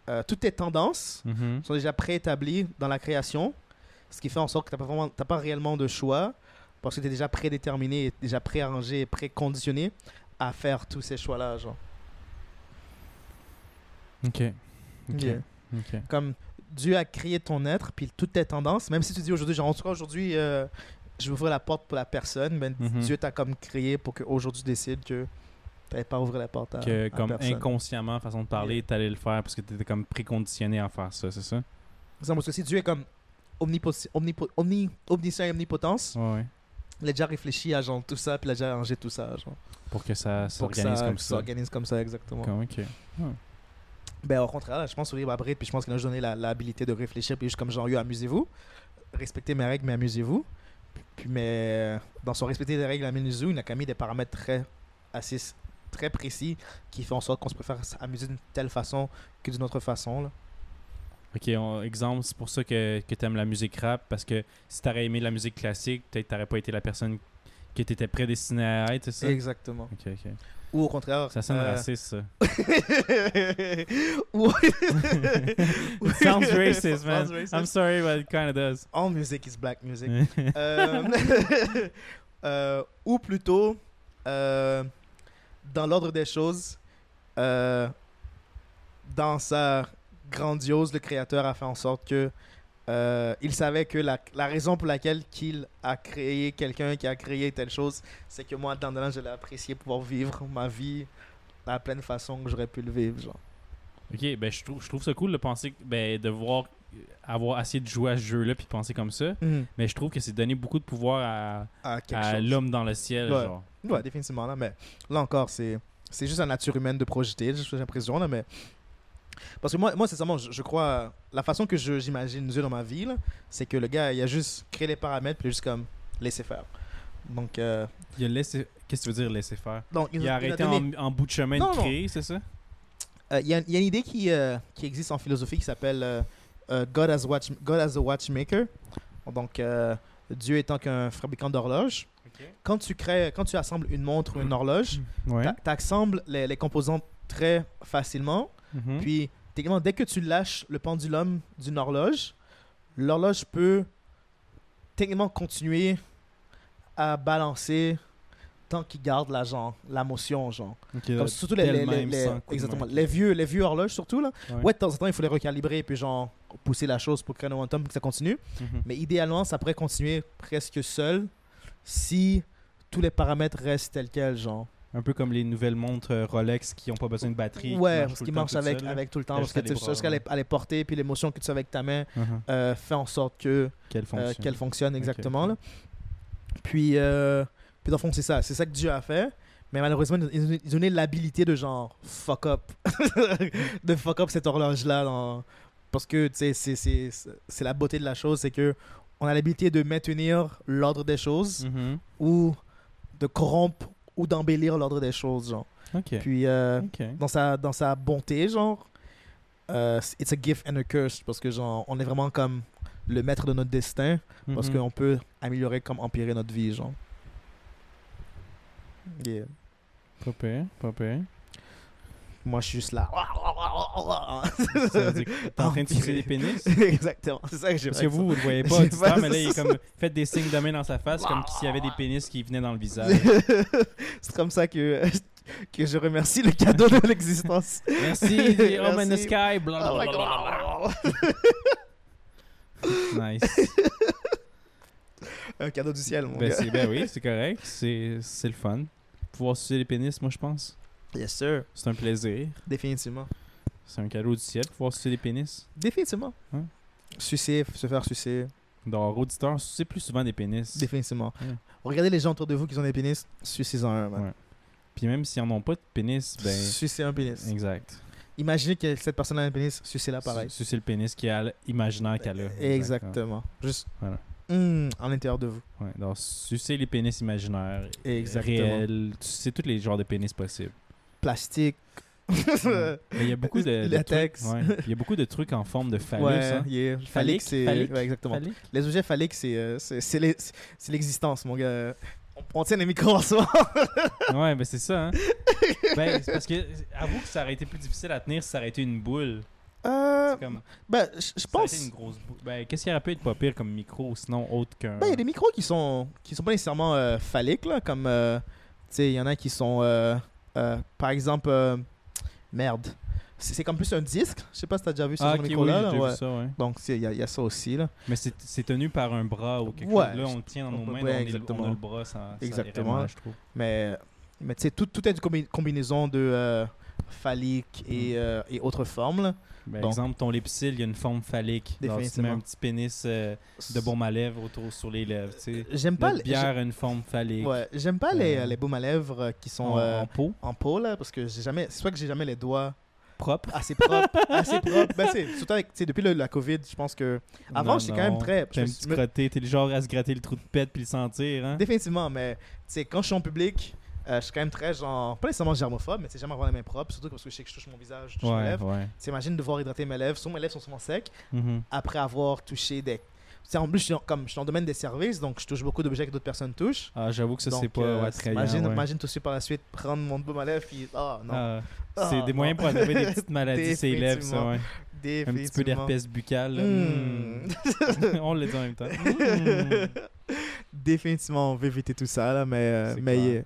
Speaker 1: euh, toutes tes tendances
Speaker 2: Mhm.
Speaker 1: sont déjà préétablis dans la création, ce qui fait en sorte que tu n'as pas, vraiment- t'as pas réellement de choix parce que tu es déjà prédéterminé, et déjà préarrangé, et préconditionné à faire tous ces choix-là. genre.
Speaker 2: Ok. Ok.
Speaker 1: Yeah.
Speaker 2: Ok.
Speaker 1: Comme Dieu a créé ton être, puis toutes tes tendances, même si tu dis aujourd'hui, genre, en tout cas aujourd'hui, euh, je vais ouvrir la porte pour la personne, mais
Speaker 2: Mhm.
Speaker 1: Dieu t'a comme créé pour qu'aujourd'hui tu décides que tu n'allais pas ouvrir la porte à,
Speaker 2: que
Speaker 1: Ah, à
Speaker 2: comme
Speaker 1: personne.
Speaker 2: inconsciemment, façon de parler, t'allais le faire parce que t'étais comme préconditionné à faire ça, c'est ça?
Speaker 1: Par exemple, Parce que si Dieu est comme omnipo- omnipo- omni- omniscient et omnipotence,
Speaker 2: Ouais, ouais.
Speaker 1: il a déjà réfléchi à genre, tout ça, puis il a déjà arrangé tout ça. Genre.
Speaker 2: Pour que ça
Speaker 1: pour que
Speaker 2: s'organise
Speaker 1: ça-
Speaker 2: comme
Speaker 1: que ça
Speaker 2: ça.
Speaker 1: s'organise comme ça, exactement.
Speaker 2: Comme, ok.
Speaker 1: Ben, au contraire, là, je pense au libre arbitre, puis je pense qu'il a juste donné la- l'habilité de réfléchir, puis juste comme genre, yo, amusez-vous. Respectez mes règles, mais amusez-vous. Puis, mais euh, dans son respecter des règles, amusez-vous, il a quand même mis des paramètres très, assez, s- très précis qui font en sorte qu'on se préfère s'amuser d'une telle façon que d'une autre façon. Là.
Speaker 2: Ok, on- exemple, c'est pour ça que, que t'aimes la musique rap parce que si t'aurais aimé la musique classique, peut-être t'aurais pas été la personne que t'étais prédestinée à être, c'est ça?
Speaker 1: Exactement.
Speaker 2: Ok, ok.
Speaker 1: Ou au contraire.
Speaker 2: Ça sonne
Speaker 1: euh,
Speaker 2: raciste, ça.
Speaker 1: ou-
Speaker 2: It sounds racist, man.
Speaker 1: Sounds racist.
Speaker 2: I'm sorry, but it kinda does.
Speaker 1: All music is black music.
Speaker 2: ok,
Speaker 1: Euh, euh, ou plutôt, euh, dans l'ordre des choses, euh, dans sa grandiose, le créateur a fait en sorte que euh, il savait que la, la raison pour laquelle qu'il a créé quelqu'un qui a créé telle chose, c'est que moi, dans je l'ai apprécié pouvoir vivre ma vie de la pleine façon que j'aurais pu le vivre. Genre.
Speaker 2: ben je trouve, je trouve ça cool de penser, que- ben de voir, avoir essayé de jouer à ce jeu-là puis de penser comme ça. Mais je trouve que c'est donner beaucoup de pouvoir à,
Speaker 1: Ah, quelque
Speaker 2: à
Speaker 1: chose.
Speaker 2: l'homme dans le ciel,
Speaker 1: Ouais.
Speaker 2: genre.
Speaker 1: Ouais, définitivement, là, mais là encore, c'est, c'est juste la nature humaine de projeter, j'ai j'ai l'impression, là, mais... Parce que moi, moi sincèrement, je, je crois... La façon que je, j'imagine Dieu dans ma vie, là, c'est que le gars, il a juste créé les paramètres, puis il a juste comme laissé faire. Donc, euh,
Speaker 2: Il a laissé. Qu'est-ce que tu veux dire laisser faire
Speaker 1: donc
Speaker 2: Il a arrêté
Speaker 1: donné-
Speaker 2: en, en bout de chemin
Speaker 1: Non,
Speaker 2: de
Speaker 1: non.
Speaker 2: créer, c'est ça
Speaker 1: Euh, il y, a- il y a une idée qui, euh, qui existe en philosophie qui s'appelle euh, euh, God, as Watch- God as a Watchmaker. Donc, euh, Dieu étant qu'un fabricant d'horloges. Quand tu crées, quand tu assembles une montre ou une horloge,
Speaker 2: Ouais.
Speaker 1: T'a- T'assembles les, les composantes très facilement.
Speaker 2: Mhm.
Speaker 1: Puis, techniquement, dès que tu lâches le pendulum d'une horloge, l'horloge peut techniquement continuer à balancer tant qu'il garde la, genre, la motion, genre.
Speaker 2: Ok,
Speaker 1: Comme
Speaker 2: là,
Speaker 1: surtout les, les,
Speaker 2: d'elle-même,
Speaker 1: les- les-
Speaker 2: sans coup de main.
Speaker 1: exactement, les vieux, les vieux horloges, surtout, là.
Speaker 2: Ouais.
Speaker 1: Ouais. de temps en temps, il faut les recalibrer, puis genre, pousser la chose pour créer un momentum, que ça continue.
Speaker 2: Mhm.
Speaker 1: Mais idéalement, ça pourrait continuer presque seul si tous les paramètres restent tels quels, genre.
Speaker 2: Un peu comme les nouvelles montres euh, Rolex qui n'ont pas besoin de batterie.
Speaker 1: ouais,
Speaker 2: marchent
Speaker 1: parce
Speaker 2: tout le
Speaker 1: qu'ils
Speaker 2: temps
Speaker 1: marchent
Speaker 2: toutes
Speaker 1: avec,
Speaker 2: seules, là.
Speaker 1: avec tout le temps.
Speaker 2: Là,
Speaker 1: Parce
Speaker 2: jusqu'à
Speaker 1: que
Speaker 2: les
Speaker 1: tu sais,
Speaker 2: bras,
Speaker 1: jusqu'à
Speaker 2: ouais.
Speaker 1: les, à les porter, puis l'émotion que tu as avec ta main
Speaker 2: Mhm.
Speaker 1: euh, fait en sorte que
Speaker 2: Quelle
Speaker 1: euh,
Speaker 2: fonction
Speaker 1: qu'elle fonctionne exactement.
Speaker 2: ok.
Speaker 1: là. Puis, euh, puis dans le fond, c'est ça. C'est ça que Dieu a fait. Mais malheureusement, ils ont- ils ont donné l'habilité de genre fuck up. de fuck up cette horloge-là. dans- Parce que tu sais, c'est- c'est c'est la beauté de la chose, c'est que on a l'habilité de maintenir l'ordre des choses
Speaker 2: Mhm.
Speaker 1: ou de corrompre ou d'embellir l'ordre des choses. Genre.
Speaker 2: Ok.
Speaker 1: Puis euh,
Speaker 2: Ok.
Speaker 1: dans, sa, dans sa bonté, genre, euh, it's a gift and a curse parce que genre, on est vraiment comme le maître de notre destin parce
Speaker 2: Mhm.
Speaker 1: qu'on peut améliorer comme empirer notre vie, genre. Yeah.
Speaker 2: Pas pire, pas pire.
Speaker 1: Moi, je suis juste là.
Speaker 2: Ça veut dire que T'es en train de sucer des pénis?
Speaker 1: Exactement, c'est ça que j'ai
Speaker 2: Parce que
Speaker 1: fait.
Speaker 2: vous, vous le voyez
Speaker 1: Je
Speaker 2: pas,
Speaker 1: sais
Speaker 2: auditeur,
Speaker 1: pas,
Speaker 2: mais là, il est
Speaker 1: c'est
Speaker 2: comme fait des signes de main dans sa face, comme s'il y avait des pénis qui venaient dans le visage.
Speaker 1: c'est comme ça que, que je remercie le cadeau de l'existence.
Speaker 2: Oh, Merci, the Home in the
Speaker 1: Merci.
Speaker 2: Sky, oh, blablabla.
Speaker 1: Oh
Speaker 2: Nice.
Speaker 1: Un cadeau du ciel, mon
Speaker 2: Ben,
Speaker 1: gars.
Speaker 2: c'est- ben oui, c'est correct, c'est c'est le fun. Pouvoir sucer les pénis, moi, je pense.
Speaker 1: Yes, sir.
Speaker 2: C'est un plaisir.
Speaker 1: Définitivement.
Speaker 2: C'est un cadeau du ciel, pouvoir sucer les pénis.
Speaker 1: Définitivement.
Speaker 2: Hein?
Speaker 1: Sucer, se faire sucer.
Speaker 2: Dans auditeur, sucer plus souvent des pénis.
Speaker 1: Définitivement.
Speaker 2: Ouais.
Speaker 1: Regardez les gens autour de vous qui ont des pénis. Sucez-en un, man.
Speaker 2: Ouais. Puis même s'ils n'en ont pas de pénis, ben.
Speaker 1: Sucez un pénis.
Speaker 2: Exact.
Speaker 1: Imaginez que cette personne a un pénis, sucez-la Ah, pareil. Ben,
Speaker 2: Su- Sucer le pénis qui est à l- imaginaire qu'elle a.
Speaker 1: Exactement. Juste
Speaker 2: Voilà.
Speaker 1: Hmm, en l'intérieur de vous.
Speaker 2: Ouais, donc sucer les pénis imaginaires,
Speaker 1: Exactement.
Speaker 2: réels, tu sais tous les genres de pénis possibles.
Speaker 1: Plastique.
Speaker 2: Ouais. Mais Il y a beaucoup de, de
Speaker 1: Latex.
Speaker 2: trucs- ouais. Il y a beaucoup de trucs en forme de phallus.
Speaker 1: ouais,
Speaker 2: hein.
Speaker 1: yeah.
Speaker 2: Phallique,
Speaker 1: Phallique, c'est.
Speaker 2: phallique,
Speaker 1: ouais, exactement.
Speaker 2: Phallique.
Speaker 1: Les objets phalliques, c'est euh, c'est- c'est les- c'est l'existence, mon gars. On, on tient les micros en Euh, soi.
Speaker 2: ouais, ben c'est ça. hein. ben, c'est parce que avoue que ça aurait été plus difficile à tenir si ça aurait été une boule.
Speaker 1: Euh,
Speaker 2: C'est Comme,
Speaker 1: ben, je je
Speaker 2: ça aurait été
Speaker 1: pense.
Speaker 2: une grosse boule. Ben, qu'est-ce qui aurait pu être pas pire comme micro, sinon autre qu'un.
Speaker 1: Ben, il y a des micros qui sont, qui sont pas nécessairement euh, phalliques, là, comme. euh, tu sais, il y en a qui sont. euh, euh, par exemple. euh, merde. C'est c'est comme plus un disque. Je sais pas si t'as déjà vu ce genre
Speaker 2: ah, ok,
Speaker 1: de
Speaker 2: oui,
Speaker 1: micro-là.
Speaker 2: j'ai
Speaker 1: là,
Speaker 2: déjà vu
Speaker 1: ouais.
Speaker 2: ça, ouais.
Speaker 1: Donc, c'est- il y, a- il y a ça aussi, là.
Speaker 2: Mais c'est c'est tenu par un bras ou quelque
Speaker 1: Ouais,
Speaker 2: chose. Là, on le tient dans nos
Speaker 1: on-
Speaker 2: mains,
Speaker 1: ouais,
Speaker 2: on est- on,
Speaker 1: exactement.
Speaker 2: a le bras sans, sans
Speaker 1: Exactement.
Speaker 2: les ramas, je trouve.
Speaker 1: Mais, mais tu sais, tout, tout est une combi- combinaison de euh, phallique
Speaker 2: Mm.
Speaker 1: et, euh, et autres formes. là.
Speaker 2: Par
Speaker 1: Donc-
Speaker 2: Ben, exemple, ton lipsil, il y a une forme phallique. Donc, tu te mets
Speaker 1: Définitivement.
Speaker 2: un petit pénis euh, de baume à lèvres autour sur les lèvres. Tu sais.
Speaker 1: J'aime pas,
Speaker 2: Notre
Speaker 1: les-
Speaker 2: bière a une forme
Speaker 1: j'ai-
Speaker 2: phallique.
Speaker 1: ouais, j'aime pas les,
Speaker 2: Euh,
Speaker 1: les baumes à lèvres euh, qui sont
Speaker 2: en,
Speaker 1: euh,
Speaker 2: en peau
Speaker 1: en peau, là, parce que j'ai jamais, c'est soit que j'ai jamais les doigts
Speaker 2: propre.
Speaker 1: assez propres, assez propres. Ben, c'est- surtout avec, tu sais, depuis le- la COVID, je pense que. Avant,
Speaker 2: Non,
Speaker 1: j'étais
Speaker 2: non.
Speaker 1: quand même très. je
Speaker 2: T'aimes
Speaker 1: me-
Speaker 2: petit
Speaker 1: me-
Speaker 2: crotter, t'es le genre à se gratter le trou de pète puis le sentir. Hein?
Speaker 1: Définitivement, mais tu sais, quand je suis en public, euh, je suis quand même très genre, pas nécessairement germophobe, mais tu sais, j'aime avoir les mains propres, surtout parce que je sais que je touche mon visage, je touche mes
Speaker 2: Ouais,
Speaker 1: lèvres.
Speaker 2: ouais.
Speaker 1: Tu sais, imagine devoir hydrater mes lèvres, souvent mes lèvres sont souvent secs.
Speaker 2: Mhm.
Speaker 1: après avoir touché des. Tu sais, en plus, je suis, dans- comme, je suis dans le domaine des services, donc je touche beaucoup d'objets que d'autres personnes touchent.
Speaker 2: Ah, j'avoue que ça,
Speaker 1: Donc,
Speaker 2: c'est pas
Speaker 1: euh,
Speaker 2: attrayant.
Speaker 1: Imagine,
Speaker 2: ouais.
Speaker 1: imagine tout de suite par la suite prendre mon baume à lèvres puis. Ah non.
Speaker 2: Ah, c'est
Speaker 1: Ah,
Speaker 2: des moyens
Speaker 1: non.
Speaker 2: pour attraper des petites maladies, ces lèvres, ça, ouais. Un petit peu
Speaker 1: Définitivement.
Speaker 2: d'herpès buccal. là.
Speaker 1: Hmm.
Speaker 2: Hmm. On le dit en même temps. Hmm.
Speaker 1: Définitivement, on veut éviter tout ça, là, mais. euh,
Speaker 2: C'est
Speaker 1: mais
Speaker 2: clair.
Speaker 1: yeah.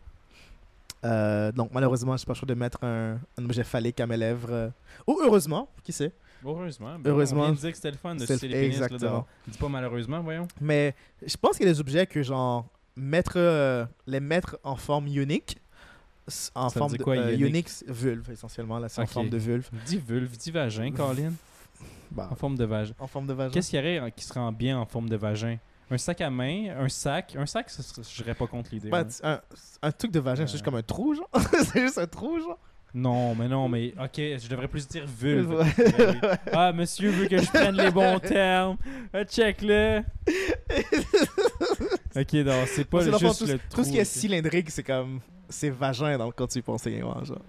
Speaker 1: Euh, donc, malheureusement, j'ai pas le choix de mettre un, un objet phallique à mes lèvres. euh. Ou heureusement, qui sait.
Speaker 2: Heureusement. ben,
Speaker 1: Heureusement.
Speaker 2: On vient de dire que c'était le fun de
Speaker 1: C'est-
Speaker 2: sucer les pénis. là,
Speaker 1: exactement.
Speaker 2: dehors. Dis pas malheureusement, voyons.
Speaker 1: Mais je pense qu'il y a des objets que, genre, mettre, euh, les mettre en forme unique. s- En
Speaker 2: Ça veut
Speaker 1: forme
Speaker 2: dire
Speaker 1: de
Speaker 2: quoi,
Speaker 1: euh,
Speaker 2: unique?
Speaker 1: unique, vulve, essentiellement. Là, c'est
Speaker 2: Ok.
Speaker 1: en forme de vulve.
Speaker 2: Dis vulve, dis vagin, Colin.
Speaker 1: Bah,
Speaker 2: En forme de vagin.
Speaker 1: en forme de Mmh. vagin.
Speaker 2: Qu'est-ce qu'il y aurait en- qui se rend bien en forme de vagin Un sac à main, un sac. Un sac, ça serait- je serais pas contre l'idée.
Speaker 1: Bah,
Speaker 2: ouais.
Speaker 1: tu- un, un truc de vagin, c'est juste
Speaker 2: Euh.
Speaker 1: comme un trou, genre. c'est juste un trou, genre.
Speaker 2: Non, mais non, mais ok, je devrais plus dire vulve.
Speaker 1: Ouais.
Speaker 2: Ben oui. ah, monsieur veut que je prenne les bons termes. Ah, Check-le. ok, non, c'est pas
Speaker 1: Parce que dans le fond,
Speaker 2: juste
Speaker 1: tout,
Speaker 2: le
Speaker 1: tout
Speaker 2: trou,
Speaker 1: ce qui est
Speaker 2: ok.
Speaker 1: cylindrique, c'est comme. C'est vagin dans le quand tu y penses également, genre.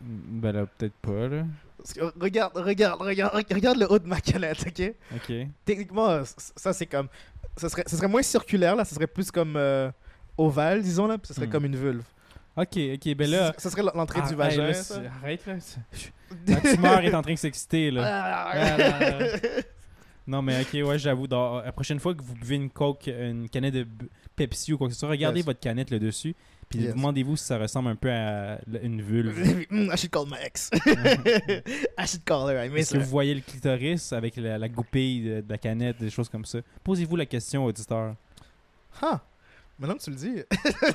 Speaker 2: Ben là, peut-être pas, là.
Speaker 1: Parce que regarde, regarde, regarde, regarde, regarde le haut de ma canette, ok?
Speaker 2: Ok.
Speaker 1: Techniquement, euh, c- ça, c'est comme. Ça serait, ça serait moins circulaire, là. Ça serait plus comme. euh, ovale, disons, là. Puis ça serait
Speaker 2: Hmm.
Speaker 1: comme une vulve.
Speaker 2: Ok, ok, ben là.
Speaker 1: Ce- Ce serait l'entrée
Speaker 2: Ah,
Speaker 1: du
Speaker 2: hey,
Speaker 1: vagin.
Speaker 2: là,
Speaker 1: ça.
Speaker 2: c'est- Arrête, là. La tumeur est en train de s'exciter, là. Ah, là, là, là. Non, mais ok, ouais, j'avoue. dans- euh, La prochaine fois que vous buvez une Coke, une canette de b- Pepsi ou quoi que ce soit, regardez
Speaker 1: Yes.
Speaker 2: votre canette le dessus. Puis
Speaker 1: Yes.
Speaker 2: demandez-vous si ça ressemble un peu à l- une vulve.
Speaker 1: Mm, I should call my ex. I should call her. I miss
Speaker 2: Est-ce que
Speaker 1: her.
Speaker 2: vous voyez le clitoris avec la, la goupille de, de la canette, des choses comme ça? Posez-vous la question, auditeur.
Speaker 1: Ah, maintenant que tu le dis.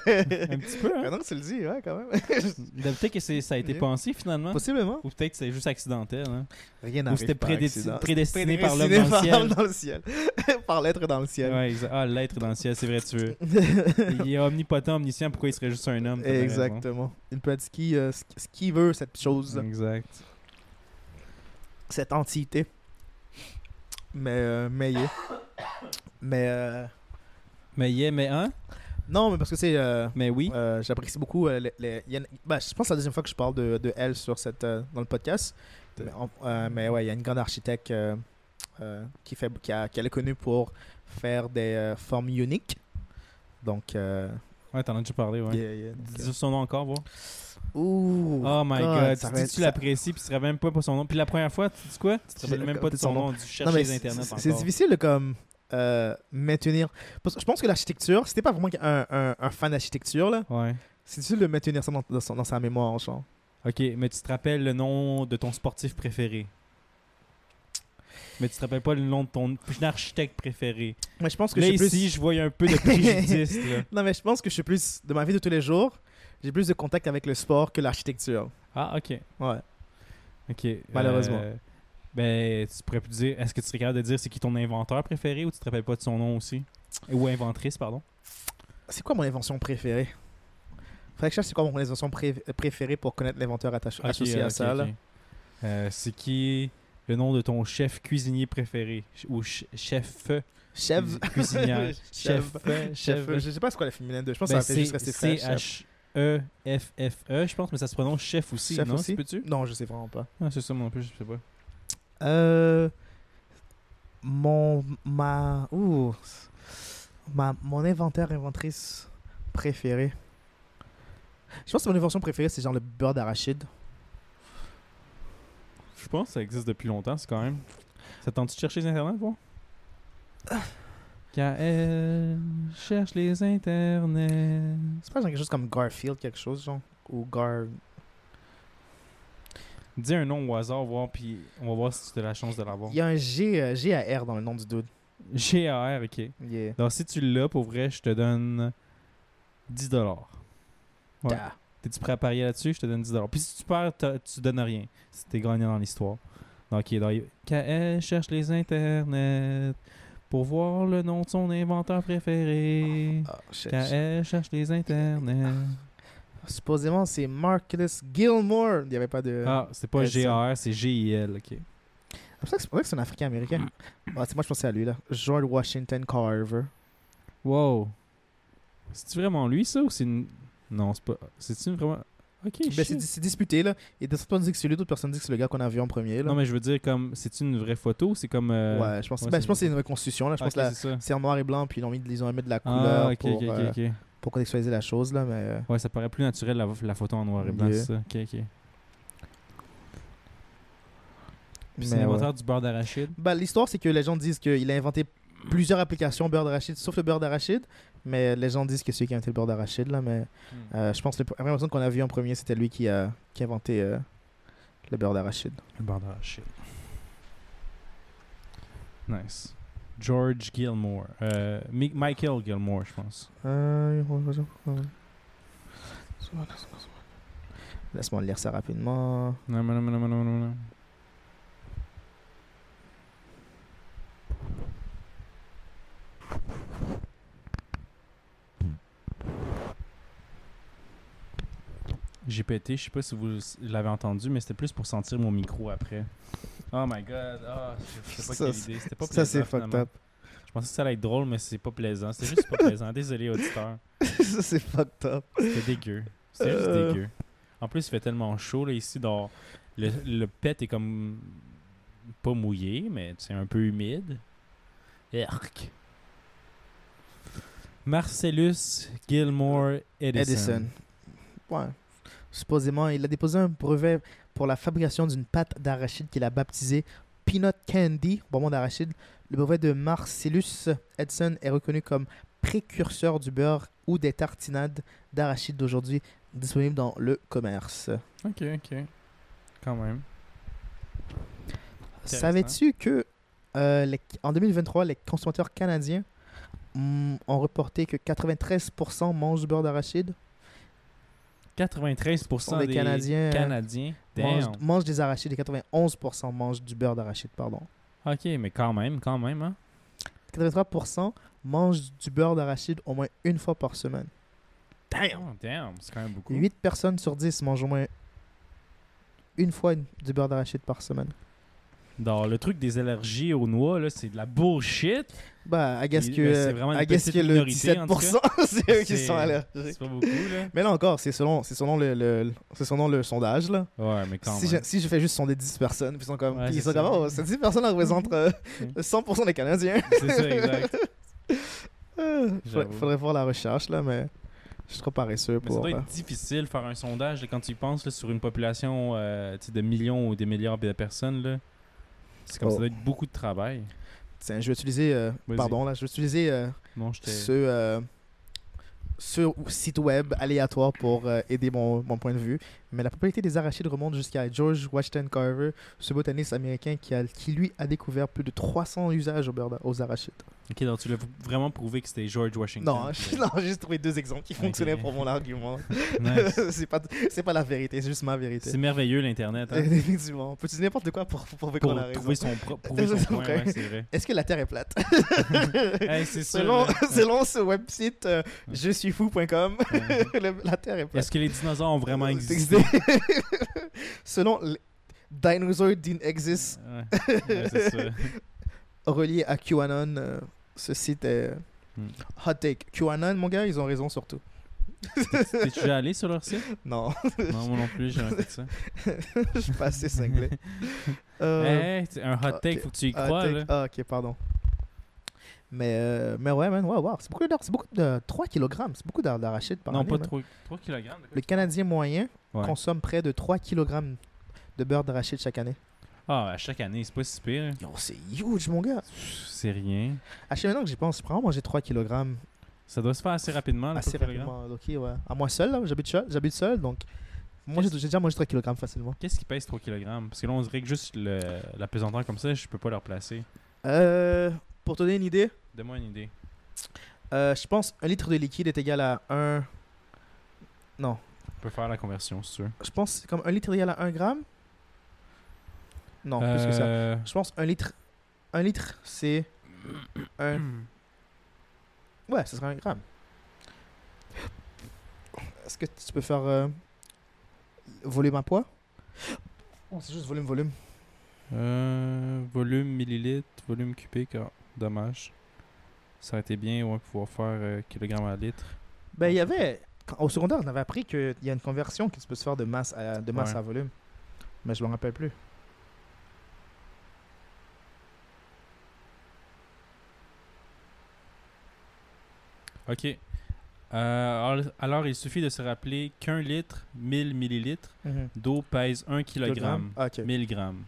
Speaker 2: Un petit peu, hein?
Speaker 1: maintenant que tu le dis, ouais, quand même.
Speaker 2: Peut-être que c'est- ça a été
Speaker 1: Yeah.
Speaker 2: pensé, finalement.
Speaker 1: Possiblement.
Speaker 2: Ou peut-être que c'est juste accidentel. Hein?
Speaker 1: Rien
Speaker 2: Ou
Speaker 1: n'arrive
Speaker 2: c'était
Speaker 1: par
Speaker 2: prédesti-
Speaker 1: accident.
Speaker 2: prédestiné, par l'homme
Speaker 1: Prédestiné
Speaker 2: dans le ciel.
Speaker 1: par l'homme dans le ciel. par l'être dans le ciel.
Speaker 2: Ouais, exa- ah, l'être dans le ciel, c'est vrai, tu veux. Il est omnipotent, omniscient, pourquoi il serait juste un homme? t'as bien raison.
Speaker 1: Exactement. Il peut être ce qui, euh, ce qui- ce qui veut, cette chose,
Speaker 2: Exact.
Speaker 1: cette entité. Mais, euh, mais, yeah. mais euh,
Speaker 2: Mais yeah, mais hein?
Speaker 1: non, mais parce que c'est. euh,
Speaker 2: Mais oui.
Speaker 1: euh, J'apprécie beaucoup. euh, les, les- il y en- bah, je pense que c'est la deuxième fois que je parle de, de elle sur cette, euh, dans le podcast. Mais, on- euh, mais ouais, il y a une grande architecte euh, euh, qui, fait, qui, a- qui elle est connue pour faire des euh, formes uniques. Donc, euh,
Speaker 2: Ouais, t'en as déjà parlé, ouais.
Speaker 1: yeah, yeah, donc, euh,
Speaker 2: Dis son nom encore, voir.
Speaker 1: Ouh,
Speaker 2: Oh my god,
Speaker 1: ça
Speaker 2: tu
Speaker 1: va
Speaker 2: dis
Speaker 1: être-
Speaker 2: que tu
Speaker 1: ça-
Speaker 2: l'apprécies puis tu te rappelles même pas pour son nom. Puis la première fois, tu dis quoi? Tu te
Speaker 1: J'ai-
Speaker 2: rappelles même pas de son nom, tu cherches
Speaker 1: Non, mais
Speaker 2: les
Speaker 1: c'est-
Speaker 2: internets
Speaker 1: c'est-
Speaker 2: encore.
Speaker 1: C'est difficile de comme euh, maintenir. Parce que je pense que l'architecture, c'était pas vraiment un, un, un fan d'architecture là.
Speaker 2: Ouais.
Speaker 1: C'est difficile de maintenir ça dans, dans son- dans sa mémoire, genre.
Speaker 2: Ok, mais tu te rappelles le nom de ton sportif préféré. Mais tu te rappelles pas le nom de ton architecte préféré.
Speaker 1: Mais je pense que
Speaker 2: Là,
Speaker 1: je suis
Speaker 2: ici,
Speaker 1: plus.
Speaker 2: je voyais un peu de préjudice. là.
Speaker 1: Non, mais je pense que je suis plus de ma vie de tous les jours. J'ai plus de contact avec le sport que l'architecture.
Speaker 2: Ah, ok.
Speaker 1: Ouais.
Speaker 2: Ok. euh,
Speaker 1: Malheureusement.
Speaker 2: ben, tu pourrais plus dire. Est-ce que tu serais capable de dire c'est qui ton inventeur préféré ou tu te rappelles pas de son nom aussi Ou inventrice, pardon.
Speaker 1: C'est quoi mon invention préférée Faudrait que je cherche c'est quoi mon invention pré- préférée pour connaître l'inventeur attaché-
Speaker 2: Ok,
Speaker 1: associé à
Speaker 2: ok,
Speaker 1: ça. là.
Speaker 2: ok. Euh, c'est qui le nom de ton chef cuisinier préféré Ch- Ou ch- chef
Speaker 1: Chef.
Speaker 2: cuis- cuisinière. chef. Chef.
Speaker 1: Chef. Je sais pas c'est quoi la féminine de. Je pense
Speaker 2: Ben,
Speaker 1: que ça fait juste rester
Speaker 2: c'est E
Speaker 1: fait. chef.
Speaker 2: C-H-E-F-F-E, E, je pense, mais ça se prononce chef aussi,
Speaker 1: Chef
Speaker 2: non?
Speaker 1: aussi?
Speaker 2: Ça Peux-tu?
Speaker 1: Non, je sais vraiment pas.
Speaker 2: Ah, c'est ça, moi non plus, je sais pas.
Speaker 1: Euh, mon ma ouh, ma mon inventaire inventrice préférée. Je pense que mon invention préférée c'est genre le beurre d'arachide.
Speaker 2: Je pense que ça existe depuis longtemps, c'est quand même... Ça tente de chercher les internets, voir? Car elle cherche les internets.
Speaker 1: C'est pas genre quelque chose comme Garfield quelque chose genre ou Gar.
Speaker 2: Dis un nom au hasard, voir, puis on va voir si tu as la chance de l'avoir.
Speaker 1: Il y a un G euh, G à R dans le nom du dude.
Speaker 2: G-A-R, OK.
Speaker 1: Yeah.
Speaker 2: Donc, si tu l'as, pour vrai, je te donne 10 Ouais.
Speaker 1: Da.
Speaker 2: T'es-tu prêt à parier là-dessus? Je te donne 10 Puis si tu perds, t'as- tu donnes rien. Si t'es gagnant dans l'histoire. Donc, il est dans... Quand elle cherche les internets pour voir le nom de son inventeur préféré.
Speaker 1: Ah, shit.
Speaker 2: Quand elle cherche les internets.
Speaker 1: Supposément c'est Marcus Gilmore. Il y avait pas de.
Speaker 2: Ah, c'est pas
Speaker 1: Elle, ça.
Speaker 2: G-R, c'est G-I-L, ok.
Speaker 1: Ah, C'est pour ça que c'est- pour ça que c'est un Africain américain. Ah, c'est moi je pensais à lui là. George Washington Carver.
Speaker 2: Wow. C'est-tu vraiment lui, ça, ou c'est une... Non, c'est pas... C'est-tu vraiment... Ok,
Speaker 1: Ben, c'est
Speaker 2: shit.
Speaker 1: c'est disputé là. Et des personnes disent que c'est lui, d'autres personnes disent que c'est le gars qu'on a vu en premier. Là.
Speaker 2: Non, mais je veux dire, comme... C'est-tu une vraie photo? ou C'est comme... euh,
Speaker 1: ouais, je pense,
Speaker 2: ouais,
Speaker 1: ben,
Speaker 2: c'est-
Speaker 1: je pense que c'est une reconstitution là. Je
Speaker 2: ah,
Speaker 1: pense que
Speaker 2: ok,
Speaker 1: la-
Speaker 2: c'est ça.
Speaker 1: c'est en noir et blanc, puis ils ont mis, ils ont mis de la couleur
Speaker 2: Ah, ok,
Speaker 1: pour,
Speaker 2: ok, ok,
Speaker 1: euh,
Speaker 2: ok.
Speaker 1: pour contextualiser la chose là. Mais euh,
Speaker 2: Ouais, ça paraît plus naturel la, la photo en noir et blanc,
Speaker 1: Yeah.
Speaker 2: c'est ça. Ok, ok.
Speaker 1: mais,
Speaker 2: Puis c'est l'inventeur
Speaker 1: ouais.
Speaker 2: du beurre d'arachide.
Speaker 1: Ben, l'histoire c'est que les gens disent qu'il a inventé plusieurs applications beurre d'arachide, sauf le beurre d'arachide. Mais les gens disent que c'est lui qui a inventé le beurre d'arachide là. Mais euh, je pense que la première personne qu'on a vu en premier, c'était lui qui a, qui a inventé euh, le beurre d'arachide.
Speaker 2: Le beurre d'arachide. Nice. George Gilmore. Euh, Mi- Michael Gilmore, je pense.
Speaker 1: Euh, Laisse-moi lire ça rapidement.
Speaker 2: Non, non, non, non, non, non, non, non. J'ai pété, je sais pas si vous l'avez entendu, mais c'était plus pour sentir mon micro après. Oh my god, ah, je je sais pas
Speaker 1: Ça,
Speaker 2: quelle
Speaker 1: c'est-
Speaker 2: idée, c'était pas
Speaker 1: ça
Speaker 2: plaisant.
Speaker 1: c'est fucked
Speaker 2: finalement.
Speaker 1: up.
Speaker 2: Je pensais que ça allait être drôle, mais c'est pas plaisant. C'était juste pas plaisant. Désolé, auditeur.
Speaker 1: ça c'est fucked up.
Speaker 2: C'était dégueu. C'était juste
Speaker 1: Euh.
Speaker 2: dégueu. En plus, il fait tellement chaud là, ici. Dans... Le, le pet est comme. pas mouillé, mais c'est un peu humide. Erk. Marcellus Gilmore Edison.
Speaker 1: Edison. ouais, supposément, il a déposé un brevet pour la fabrication d'une pâte d'arachide qu'il a baptisée Peanut Candy, bonbon d'arachide. Le brevet de Marcellus Edson est reconnu comme précurseur du beurre ou des tartinades d'arachide d'aujourd'hui disponibles dans le commerce.
Speaker 2: Ok, ok. Quand même. Intéressant.
Speaker 1: Savais-tu que euh, les- en 2023, les consommateurs canadiens mm, ont reporté que 93% mangent du beurre d'arachide
Speaker 2: 93%
Speaker 1: Des
Speaker 2: des,
Speaker 1: Canadiens, euh,
Speaker 2: Canadiens.
Speaker 1: mangent,
Speaker 2: Damn.
Speaker 1: mangent des arachides et 91% mangent du beurre d'arachide, pardon.
Speaker 2: Ok, mais quand même, quand même, hein.
Speaker 1: 83% mangent du beurre d'arachide au moins une fois par semaine.
Speaker 2: Oh, damn, c'est quand même beaucoup.
Speaker 1: 8 personnes sur 10 mangent au moins une fois une- du beurre d'arachide par semaine.
Speaker 2: Dans le truc des allergies aux noix, là, c'est de la bullshit.
Speaker 1: Bah, I guess
Speaker 2: Il-
Speaker 1: que,
Speaker 2: mais c'est vraiment une
Speaker 1: I guess
Speaker 2: petite
Speaker 1: que le
Speaker 2: minorité, en tout cas.
Speaker 1: 17%, c'est eux qui
Speaker 2: C'est-
Speaker 1: sont allergiques.
Speaker 2: C'est pas beaucoup, là.
Speaker 1: Mais là encore, c'est selon, c'est selon, le, le- c'est selon le sondage, là.
Speaker 2: Ouais, mais quand
Speaker 1: Si je,
Speaker 2: même.
Speaker 1: si je fais juste sonder 10 personnes, puis ils sont comme,
Speaker 2: Ouais,
Speaker 1: puis ils
Speaker 2: c'est
Speaker 1: sont
Speaker 2: ça.
Speaker 1: comme oh, ces 10 personnes représentent euh,
Speaker 2: Mhm.
Speaker 1: 100% des Canadiens.
Speaker 2: C'est ça, exact.
Speaker 1: Euh, faudrait,
Speaker 2: J'avoue.
Speaker 1: faudrait voir la recherche, là, mais je suis trop paresseux
Speaker 2: Mais ça
Speaker 1: pour.
Speaker 2: doit
Speaker 1: euh,
Speaker 2: être difficile de faire un sondage là, quand tu y penses là, sur une population euh, tu sais, de millions ou des milliards de personnes. là. C'est comme
Speaker 1: Oh.
Speaker 2: ça doit être beaucoup de travail.
Speaker 1: Tiens, je vais utiliser. euh,
Speaker 2: Vas-y.
Speaker 1: pardon, là, je vais utiliser euh,
Speaker 2: Non, j'étais.
Speaker 1: ce, euh, ce site web aléatoire pour euh, aider mon, mon point de vue. Mais la propriété des arachides remonte jusqu'à George Washington Carver, ce botaniste américain qui, a, qui lui a découvert plus de 300 usages au beurre d'a- aux arachides.
Speaker 2: Ok, donc tu l'as vraiment prouvé que c'était George Washington.
Speaker 1: Non, je- non, j'ai juste trouvé deux exemples qui fonctionnaient pour mon argument.
Speaker 2: Nice.
Speaker 1: c'est pas c'est pas la vérité, c'est juste ma vérité.
Speaker 2: C'est merveilleux l'Internet. hein,
Speaker 1: Effectivement, on peut utiliser n'importe quoi pour pour prouver
Speaker 2: pour
Speaker 1: qu'on a raison.
Speaker 2: trouver son, pro- prouver son
Speaker 1: C'est
Speaker 2: point,
Speaker 1: vrai.
Speaker 2: ouais, c'est vrai.
Speaker 1: Est-ce que la Terre est plate
Speaker 2: Hey, c'est sûr,
Speaker 1: selon,
Speaker 2: là.
Speaker 1: selon ce website euh,
Speaker 2: Ouais.
Speaker 1: je suis fou.com, le- la Terre est plate. Euh,
Speaker 2: Est-ce que les dinosaures ont vraiment existé?
Speaker 1: Selon l- Dinosaur Didn't Exist,
Speaker 2: Ouais. Ouais, c'est ça.
Speaker 1: relié à QAnon, euh, ce site est
Speaker 2: Hmm.
Speaker 1: hot take. QAnon, mon gars, ils ont raison surtout.
Speaker 2: T'es déjà allé sur leur site?
Speaker 1: Non,
Speaker 2: Non, moi non plus, j'ai fait ça.
Speaker 1: je suis pas assez cinglé. Euh,
Speaker 2: Hey, c'est un hot take,
Speaker 1: ok.
Speaker 2: faut que tu y
Speaker 1: hot
Speaker 2: crois.
Speaker 1: take.
Speaker 2: là.
Speaker 1: Ah, ok, pardon. Mais, euh, mais ouais, man, wow, wow, c'est beaucoup d'ar- c'est beaucoup de 3 kg, c'est beaucoup d'ar- d'arachides par
Speaker 2: Non,
Speaker 1: année,
Speaker 2: pas
Speaker 1: man.
Speaker 2: 3, 3 kg. de quoi?
Speaker 1: Le Canadien moyen
Speaker 2: Ouais.
Speaker 1: consomme près de 3 kg de beurre d'arachide chaque année.
Speaker 2: Ah, à chaque année, c'est pas si pire.
Speaker 1: Yo, c'est huge, mon gars.
Speaker 2: Pff, C'est rien.
Speaker 1: À chaque maintenant que j'y pense, je prends manger 3 kg
Speaker 2: Ça doit se faire assez rapidement. le
Speaker 1: assez
Speaker 2: trois kilogrammes.
Speaker 1: rapidement. Ok, ouais. À moi seul, là, j'habite seul, j'habite seul, donc moi j'ai j'ai déjà mangé 3 kg facilement.
Speaker 2: Qu'est-ce qui pèse 3 kg Parce que là, on dirait que juste le, la pesanteur comme ça, je peux pas leur placer.
Speaker 1: Euh, pour te donner une idée,
Speaker 2: Donne-moi une idée.
Speaker 1: euh, je pense un litre de liquide est égal à 1. Non,
Speaker 2: On peut faire la conversion, si tu veux.
Speaker 1: je pense c'est comme un litre égal à 1 gramme. Non, plus que ça.
Speaker 2: Euh,
Speaker 1: Je pense un litre. Un litre, c'est. Un... Ouais, ce serait un gramme. Est-ce que tu peux faire euh, volume à poids Oh, C'est juste volume, volume.
Speaker 2: euh, volume millilitre, volume cubique. ah, dommage. Ça aurait été bien, ouais, pouvoir faire euh, kilogramme à litre.
Speaker 1: Ben, il y avait. quand- Au secondaire, on avait appris qu'il y a une conversion qui se peut se faire de masse à, de masse
Speaker 2: Ouais.
Speaker 1: à volume. Mais je me rappelle plus.
Speaker 2: Ok. Euh, alors, alors, il suffit de se rappeler qu'un litre, 1000 millilitres,
Speaker 1: Mhm.
Speaker 2: d'eau pèse 1 kg.
Speaker 1: Ah, ok.
Speaker 2: 1000 grammes.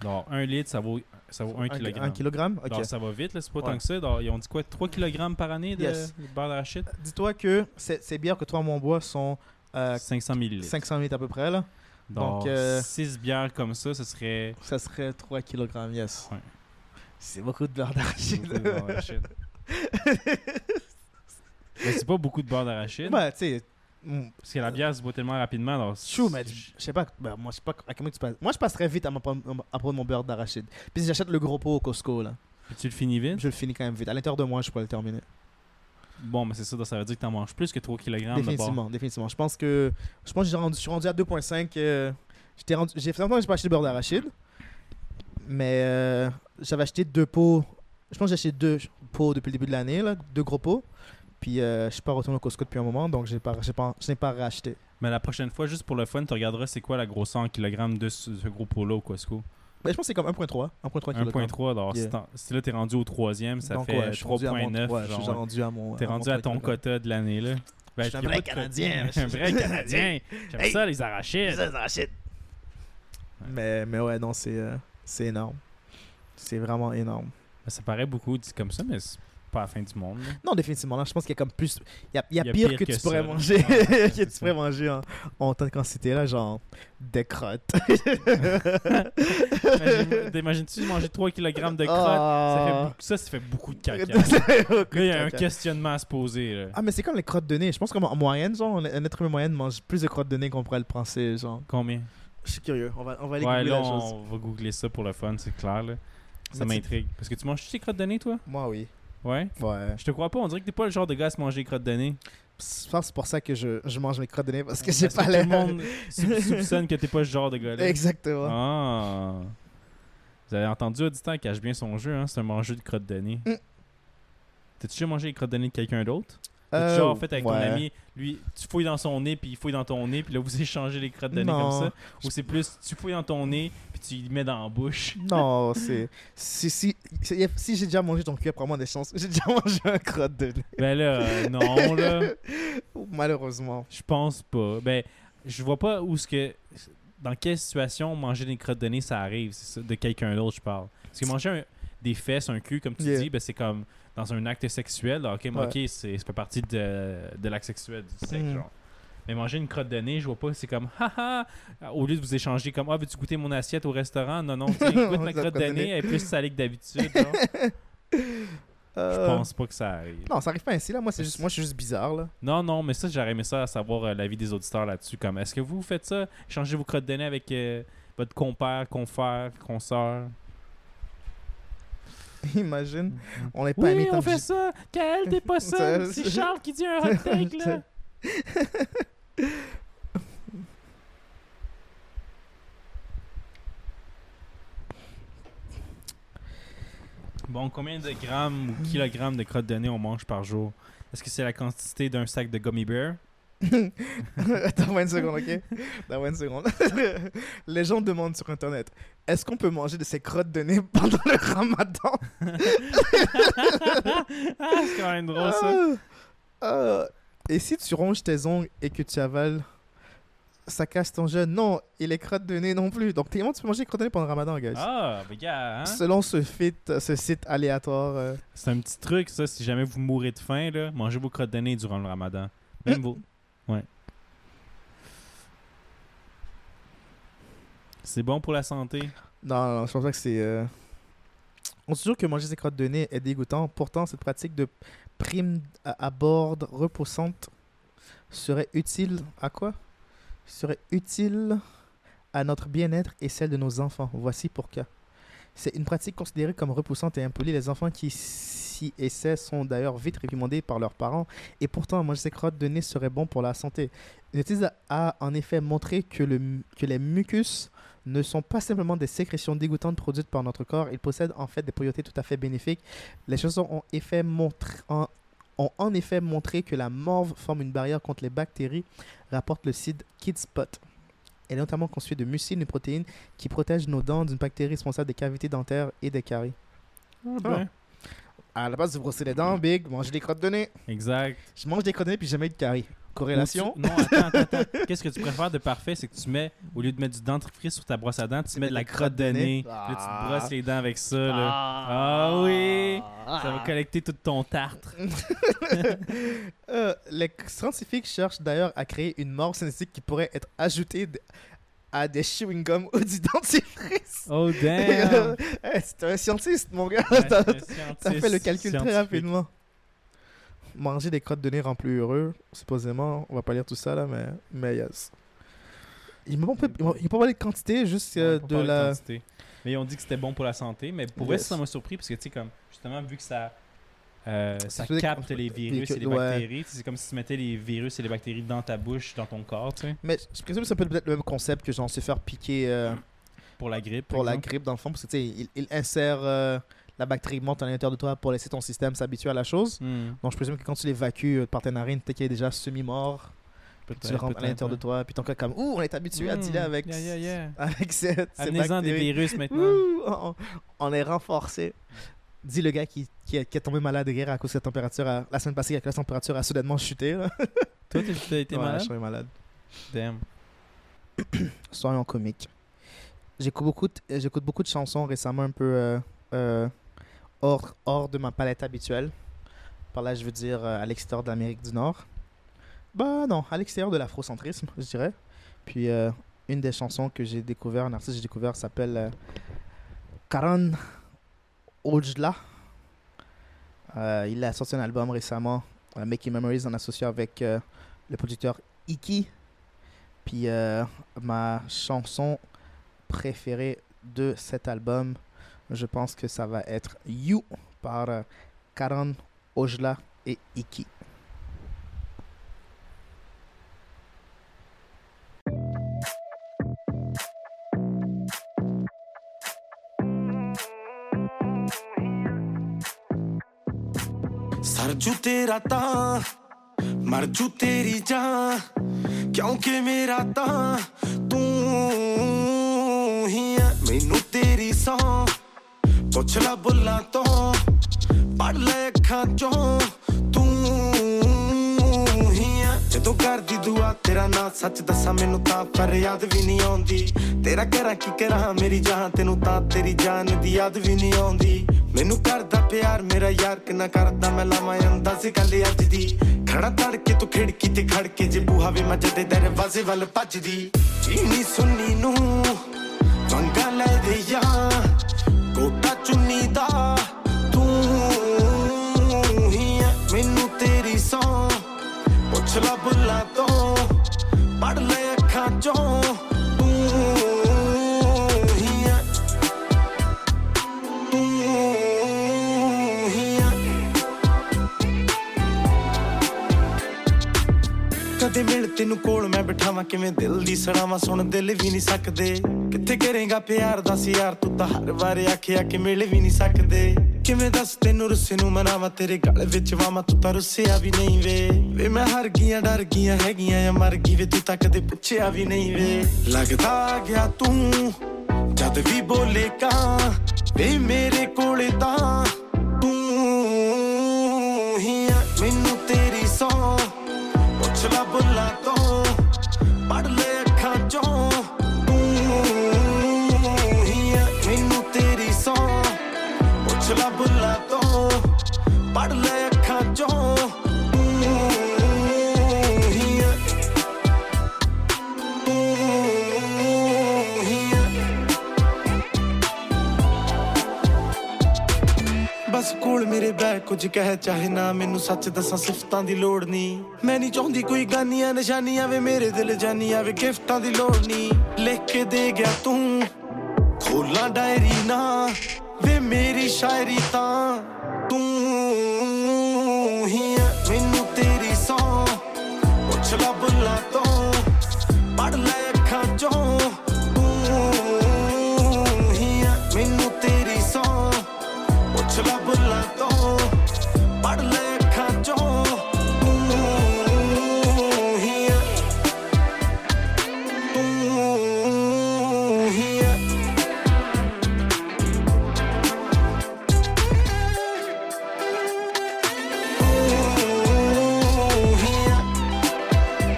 Speaker 2: Alors, 1 litre, ça vaut, ça vaut 1 kg.
Speaker 1: 1 kilogramme Ok.
Speaker 2: Alors, ça va vite, là, c'est pas
Speaker 1: Ouais.
Speaker 2: tant que ça. Alors, ils ont dit quoi 3 kg par année de
Speaker 1: Yes.
Speaker 2: de beurre d'arachide
Speaker 1: Dis-toi que ces, ces bières que toi, mon bois, sont euh,
Speaker 2: 500 ml.
Speaker 1: 500 ml à peu près, là.
Speaker 2: Donc,
Speaker 1: donc, euh,
Speaker 2: 6 bières comme ça, ce serait.
Speaker 1: Ça serait 3 kg, yes.
Speaker 2: Ouais.
Speaker 1: C'est beaucoup de beurre
Speaker 2: beaucoup de beurre
Speaker 1: d'arachide.
Speaker 2: d'arachide. Mais c'est pas beaucoup de beurre d'arachide.
Speaker 1: bah, tu sais. mm,
Speaker 2: Parce que la bière se boit tellement rapidement. Alors, c'est-
Speaker 1: True, mais je je sais pas, ben, moi je sais pas à combien tu passes. Moi je passe très vite à, m'en prendre- à prendre mon beurre d'arachide. Puis si j'achète le gros pot au Costco, là,
Speaker 2: Puis tu le finis vite.
Speaker 1: je le finis quand même vite. À l'intérieur de moi, je pourrais le terminer.
Speaker 2: Bon, mais c'est ça, donc ça veut dire que t'en manges plus que 3 kg
Speaker 1: définitivement, définitivement. Je pense que je pense que j'ai rendu- je suis rendu à 2.5. euh, j'étais rendu, j'ai fait longtemps que j'ai pas acheté de beurre d'arachide, mais euh, j'avais acheté deux pots. Je pense que j'ai acheté deux pots depuis le début de l'année, là, deux gros pots. Puis euh, je suis pas retourné au Costco depuis un moment, donc j'ai pas, j'ai pas, je n'ai pas racheté.
Speaker 2: Mais la prochaine fois, juste pour le fun, tu regarderas c'est quoi la grosseur en kilogrammes de ce, ce gros polo au Costco.
Speaker 1: Mais je pense que c'est comme 1.3, 1.3 kg.
Speaker 2: 1.3 alors
Speaker 1: Yeah.
Speaker 2: si t'en- si là t'es rendu au troisième ça
Speaker 1: Donc,
Speaker 2: fait euh,
Speaker 1: ouais, je suis rendu à mon-
Speaker 2: 3.9
Speaker 1: ouais, je suis
Speaker 2: genre,
Speaker 1: rendu à mon.
Speaker 2: t'es
Speaker 1: à mon
Speaker 2: rendu à
Speaker 1: 3
Speaker 2: ton
Speaker 1: kilogramme.
Speaker 2: quota de l'année là Ben,
Speaker 1: Je suis un
Speaker 2: j'ai
Speaker 1: vrai
Speaker 2: pas de co-
Speaker 1: Canadien.
Speaker 2: un vrai Canadien. J'aime
Speaker 1: Hey.
Speaker 2: ça, les arachides.
Speaker 1: Mais, mais ouais, non, c'est euh, c'est énorme. C'est vraiment énorme.
Speaker 2: Ben, ça paraît beaucoup dit comme ça, mais c'est pas la fin du monde. là.
Speaker 1: Non, définitivement. Là, je pense qu'il y a comme plus. Il y a, il y a pire, que, tu
Speaker 2: ça,
Speaker 1: pourrais
Speaker 2: là.
Speaker 1: manger.
Speaker 2: Ouais, ouais,
Speaker 1: que
Speaker 2: c'est
Speaker 1: tu
Speaker 2: ça.
Speaker 1: pourrais manger en, en tant de quantité, là, genre des crottes.
Speaker 2: Imagine- T'imagines-tu manger 3 kg de crottes? Ça, fait
Speaker 1: Ah.
Speaker 2: beaucoup, ça, ça fait beaucoup de caca.
Speaker 1: Ça fait beaucoup de
Speaker 2: Là, il y a un
Speaker 1: caca.
Speaker 2: questionnement à se poser. Là.
Speaker 1: Ah, mais c'est comme les crottes de nez. Je pense qu'en en moyenne, genre, un être humain moyen mange plus de crottes de nez qu'on pourrait le penser, genre.
Speaker 2: Combien?
Speaker 1: Je suis curieux. On va, on va aller
Speaker 2: Ouais,
Speaker 1: googler
Speaker 2: là,
Speaker 1: la chose.
Speaker 2: on va googler ça pour le fun, c'est clair. Là. Ça
Speaker 1: Mais tu-
Speaker 2: m'intrigue. Parce que tu manges toutes tes crottes de nez, toi?
Speaker 1: Moi, oui.
Speaker 2: Ouais?
Speaker 1: Ouais.
Speaker 2: Je te crois pas, on dirait que t'es pas le genre de gars à se manger les crottes de nez.
Speaker 1: Je pense que c'est pour ça que je, je mange mes crottes de nez parce que j'ai
Speaker 2: Parce
Speaker 1: pas
Speaker 2: tout
Speaker 1: l'air.
Speaker 2: le monde sou- soupçonne que t'es pas ce genre de gars-là.
Speaker 1: Exactement.
Speaker 2: Ah. Vous avez entendu, auditeur, il cache bien son jeu, hein? C'est un mangeur de crottes de nez.
Speaker 1: Mm.
Speaker 2: T'as-tu déjà mangé les crottes de nez de quelqu'un d'autre?
Speaker 1: Euh,
Speaker 2: genre, Ah. en fait, avec ton
Speaker 1: ouais.
Speaker 2: ami, lui, tu fouilles dans son nez, puis il fouille dans ton nez, puis là, vous échangez les crottes de nez
Speaker 1: Non.
Speaker 2: comme ça? Ou c'est plus, tu fouilles dans ton nez, puis tu le mets dans la bouche?
Speaker 1: Non, c'est. Si, si, si, si j'ai déjà mangé ton cul, après moi des chances. J'ai déjà mangé un crotte de nez.
Speaker 2: Ben là, euh, non, là.
Speaker 1: Malheureusement.
Speaker 2: Je pense pas. Ben, je vois pas où ce que. Dans quelle situation manger des crottes de nez, ça arrive. C'est ça, de quelqu'un d'autre, je parle. Parce que manger un- des fesses, un cul, comme tu
Speaker 1: Yeah.
Speaker 2: dis, ben, c'est comme dans un acte sexuel. Alors, ok, mais
Speaker 1: Ouais.
Speaker 2: ok, c'est ça fait partie de, de l'acte sexuel, du sexe,
Speaker 1: Mm.
Speaker 2: genre. Mais manger une crotte de nez, je vois pas, c'est comme, haha, au lieu de vous échanger comme, ah, veux-tu goûter mon assiette au restaurant? Non, non, tiens, goûte ma
Speaker 1: La
Speaker 2: crotte de nez, elle est plus salée que d'habitude. genre. Je
Speaker 1: Euh,
Speaker 2: pense pas que ça arrive.
Speaker 1: Non, ça arrive pas ainsi là. Moi, c'est juste, moi, je suis juste bizarre là.
Speaker 2: Non, non, mais ça, j'aurais aimé ça à savoir euh, l'avis des auditeurs là-dessus. Comme, est-ce que vous faites ça? Changez vos crottes de nez avec euh, votre compère, confrère, consoeur.
Speaker 1: Imagine, on n'est pas
Speaker 2: Mm-hmm. Oui,
Speaker 1: amis tant
Speaker 2: on
Speaker 1: que
Speaker 2: fait
Speaker 1: j'ai-
Speaker 2: ça! Kael, t'es pas seul!
Speaker 1: Ça-
Speaker 2: C'est Charles qui dit un hot take, là! Bon, combien de grammes
Speaker 1: Mm.
Speaker 2: ou kilogrammes de crottes de nez on mange par jour? Est-ce que c'est la quantité d'un sac de gummy bear?
Speaker 1: Attends, une seconde, ok? Attends, une seconde. Les gens demandent sur internet est-ce qu'on peut manger de ces crottes de nez pendant le ramadan
Speaker 2: ah, c'est quand même drôle ça.
Speaker 1: Ah, ah. Et si tu ronges tes ongles et que tu avales, ça casse ton jeûne Non, et les crottes de nez non plus. Donc, techniquement, tu peux manger les crottes de nez pendant le ramadan, guys.
Speaker 2: Ah, ben gars, hein?
Speaker 1: Selon ce, fit, ce site aléatoire. euh,
Speaker 2: C'est un petit truc, ça. Si jamais vous mourrez de faim, là, mangez vos crottes de nez durant le ramadan. Même vos. Ouais. C'est bon pour la santé.
Speaker 1: Non, non, non, je pense pas que c'est. euh, On se dit toujours que manger ces crottes de nez est dégoûtant. Pourtant, cette pratique de prime à, à borde repoussante serait utile à quoi Serait utile à notre bien-être et celle de nos enfants. Voici pourquoi. C'est une pratique considérée comme repoussante et impolie. Les enfants qui s'y essaient sont d'ailleurs vite réprimandés par leurs parents. Et pourtant, manger ces crottes de nez serait bon pour la santé. Une étude a en effet montré que, le, que les mucus ne sont pas simplement des sécrétions dégoûtantes produites par notre corps, ils possèdent en fait des propriétés tout à fait bénéfiques. Les chansons ont, effet montré- en- ont en effet montré que la morve forme une barrière contre les bactéries, rapporte le site Kidspot. Elle est notamment constituée de mucine, une protéine qui protège nos dents d'une bactérie responsable des cavités dentaires et des caries.
Speaker 2: Ah,
Speaker 1: ben. À la base, vous brossez les dents, Big, mangez des crottes de nez.
Speaker 2: Exact.
Speaker 1: Je mange des crottes de nez puis j'ai jamais eu de caries. Corrélation
Speaker 2: Ou tu- Non, attends, attends, attends. Qu'est-ce que tu préfères de parfait? C'est que tu mets, au lieu de mettre du dentifrice sur ta brosse à dents, tu mets de la crotte de nez. Ah. Là, tu te brosses les dents avec ça. Là. Ah oui! Ça va collecter tout ton tartre.
Speaker 1: Euh, les scientifiques cherchent d'ailleurs à créer une mort synthétique qui pourrait être ajoutée d- à des chewing-gums ou du dentifrice.
Speaker 2: Oh, damn!
Speaker 1: Hey, c'est un scientiste, mon gars.
Speaker 2: Ouais,
Speaker 1: T'as-
Speaker 2: c'est un scientiste
Speaker 1: T'as fait le calcul très
Speaker 2: scientifique.
Speaker 1: rapidement. Manger des crottes de nez rend plus heureux, supposément. On va pas lire tout ça là, mais, mais yes. Il m'a pas il m'a- il m'a pas parlé de quantité, juste euh,
Speaker 2: Ouais, pour
Speaker 1: de
Speaker 2: parler
Speaker 1: la.
Speaker 2: quantité. Mais on dit que c'était bon pour la santé, mais pour vrai,
Speaker 1: Yes.
Speaker 2: ça m'a surpris parce que, tu sais, comme, justement, vu que ça, euh, ça
Speaker 1: faisait-
Speaker 2: capte les virus
Speaker 1: que-
Speaker 2: et les
Speaker 1: ouais.
Speaker 2: bactéries, tu sais, c'est comme si tu mettais les virus et les bactéries dans ta bouche, dans ton corps, tu sais,
Speaker 1: Mais je présume que c'est un peu peut-être le même concept que genre se faire piquer euh,
Speaker 2: pour la grippe. par
Speaker 1: pour la
Speaker 2: exemple.
Speaker 1: grippe dans le fond, parce que tu sais, il, il insère euh, la bactérie morte à l'intérieur de toi pour laisser ton système s'habituer à la chose.
Speaker 2: Hmm.
Speaker 1: Donc, je présume que quand tu l'évacues euh, par tes narines, peut-être qu'il est déjà semi-mort. Tu
Speaker 2: Peut-être,
Speaker 1: le rentres à
Speaker 2: peut-être,
Speaker 1: l'intérieur de
Speaker 2: ouais.
Speaker 1: toi, puis ton corps est comme Ouh, on est habitué à
Speaker 2: Hmm.
Speaker 1: dealer avec,
Speaker 2: Yeah, yeah, yeah.
Speaker 1: avec cette, ces
Speaker 2: Amenez-en des
Speaker 1: bactéries.
Speaker 2: virus maintenant.
Speaker 1: Ouh, on, on est renforcé. Dis le gars qui, qui, est- qui est tombé malade hier à cause de la température à- la semaine passée, avec la température a soudainement chuté. là.
Speaker 2: Toi, t'es- t'as été
Speaker 1: Ouais,
Speaker 2: malade?
Speaker 1: je serais malade.
Speaker 2: Damn.
Speaker 1: Soyons comiques. J'écoute beaucoup, de- euh, j'écoute beaucoup de chansons récemment un peu euh, euh, hors, hors de ma palette habituelle. Par là, je veux dire euh, à l'extérieur de l'Amérique du Nord. Bah non, à l'extérieur de l'afrocentrisme, je dirais. Puis euh, une des chansons que j'ai découvert, un artiste que j'ai découvert s'appelle euh, Karan Ojla. Euh, il a sorti un album récemment, euh, Making Memories, en association avec euh, le producteur Iki. Puis euh, ma chanson préférée de cet album, je pense que ça va être You par euh, Karan Ojla et Iki.
Speaker 3: सर जू तेरा ता मर जू तेरी जा क्योंकि मेरा ता तू ही है मैनू तेरी सौ ਪੁੱਛ ਲੈ ਬੁੱਲਾਂ ਤੋਂ ਪੜ ਲੈ ਅੱਖਾਂ ਚੋਂ ਤੂੰ ਹੀ ਆ ਜਦੋਂ ਕਰਦੀ ਦੁਆ ਤੇਰਾ ਨਾਂ ਸੱਚ ਦੱਸਾਂ ਮੈਨੂੰ ਤਾਂ ਪਰ ਯਾਦ ਵੀ ਨਹੀਂ ਆਉਂਦੀ ਤੇਰਾ ਕਰਾਂ ਕੀ ਕਰਾਂ ਮੇਰੀ ਜਾਨ ਤੈਨੂੰ ਤਾਂ ਤੇਰੀ ਜਾਨ ਦੀ ਯਾਦ ਵੀ ਨਹੀਂ ਆਉਂਦੀ ਮੈਨੂੰ ਕਰਦਾ ਪਿਆਰ ਮੇਰਾ ਯਾਰ ਕਿੰਨਾ ਕਰਦਾ ਮੈਂ ਲਾਵਾਂ ਅੰਦਾਜ਼ ਗੱਲ ਅੱਜ ਦੀ ਖੜਾ ਤੜਕੇ ਤੂੰ ਖਿੜਕੀ ਤੇ ਖੜ ਕੇ ਜੇ ਬੂਹਾ ਵੀ ਮੈਂ ਜਦੇ ਦਰਵਾਜ਼ੇ ਵੱਲ ਭੱਜਦੀ ਇੰਨੀ ਸੁਣੀ ਨੂੰ ਵੰਗਾ ਲੈ ਦੇ ਯਾ ਕੋਟਾ ਚੁੰਨੀ ਦਾ ਤੂੰ ਹੀ ਐ, ਮੈਨੂੰ ਤੇਰੀ ਸੌ ਪੁੱਛ ਲਾ ਬੁੱਲਾ ਤੋਂ ਪੜ ਲੈ ਅੱਖਾਂ ਚੋਂ ਤੂੰ ਹੀ ਐ, ਤੂੰ ਹੀ ਐ। ਕਦੇ ਮਿਲ ਤੈਨੂੰ ਕੋਲ ਮੈਂ ਬਿਠਾਵਾਂ ਕਿਵੇਂ ਦਿਲ ਦੀ ਸੜਾਵਾਂ ਸੁਣ ਦਿਲ ਵੀ ਨਹੀਂ ਸਕਦੇ ਕਿੱਥੇ ਕਰੇਗਾ ਪਿਆਰ ਦੱਸ ਯਾਰ ਤੂੰ ਤਾਂ ਹਰ ਵਾਰ ਆਖਿਆ ਕਿ ਮਿਲ ਵੀ ਨਹੀਂ ਸਕਦੇ ਕਿਵੇਂ ਦੱਸ ਤੈਨੂੰ ਰੁੱਸੇ ਨੂੰ ਮਨਾਵਾਂ ਤੇਰੇ ਗਲ ਵਿੱਚ ਵਾਵਾਂ ਤੂੰ ਤਾਂ ਰੁੱਸਿਆ ਵੀ ਨਹੀਂ ਵੇ ਵੇ ਮੈਂ ਹਰ ਗਈਆਂ ਡਰ ਗਈਆਂ ਹੈਗੀਆਂ ਜਾਂ ਮਰ ਗਈ ਵੇ ਤੂੰ ਤਾਂ ਕਦੇ ਪੁੱਛਿਆ ਵੀ ਨਹੀਂ ਵੇ ਲੱਗਦਾ ਗਿਆ ਤੂੰ ਜਦ ਵੀ ਬੋਲੇ ਕਾਂ ਵੇ ਮੇਰੇ ਕੋਲ ਤਾਂ ਤੂੰ ਹੀ ਆ, ਮੈਨੂੰ ਤੇਰੀ ਸੌ ਪੁੱਛ ਲੈ ਬੁੱਲਾ ਤੋਂ ਪੜ ਲੈ ਅੱਖਾਂ ਚੋਂ ਤੂੰ ਹੀ ਆ, ਮੈਨੂੰ ਤੇਰੀ ਸੌ ਪੁੱਛ ਲੈ ਬੁੱਲਾ ਤੋਂ ਪੜ ਲੈ ਅੱਖਾਂ ਚੋਂ ਤੂੰ ਹੀ ਆ, ਤੂੰ ਹੀ ਆ। ਬਸ ਕੋਲ ਮੇਰੇ ਬੈ ਕੁਝ ਕਹਿ ਚਾਹੇ ਨਾ ਮੈਨੂੰ ਸੱਚ ਦੱਸਾਂ ਸਿਫਤਾਂ ਦੀ ਲੋੜ ਨਹੀਂ ਮੈਂ ਨਹੀਂ ਚਾਹੁੰਦੀ ਕੋਈ ਗਾਨੀਆਂ ਨਿਸ਼ਾਨੀਆਂ ਵੇ ਮੇਰੇ ਦਿਲ ਜਾਨੀਆਂ ਵੇ ਗਿਫਟਾਂ ਦੀ ਲੋੜ ਨਹੀਂ ਲਿਖ ਕੇ ਦੇ ਗਿਆ ਤੂੰ ਖੋਲਾਂ ਡਾਇਰੀ ਨਾ ਵੇ ਮੇਰੀ ਸ਼ਾਇਰੀ ਤਾਂ ਤੂੰ ਹੀ ਆ, ਮੈਨੂੰ ਤੇਰੀ ਸੌ ਪੁੱਛ ਲਾ ਬੁੱਲਾ ਤੋਂ ਪੜ ਲੈ ਅੱਖਾਂ ਚੋਂ ਤੂੰ ਹੀ ਆ, ਮੈਨੂੰ ਤੇਰੀ ਸੌ ਪੁੱਛ ਲੈ ਬੁੱਲਾਂ ਤੋਂ ਪੜ ਲੈ ਅੱਖਾਂ ਚੋਂ ਤੂੰ ਹੀ ਆ, ਤੂੰ ਹੀ ਆ। ਤੂੰ ਹੀ ਆ।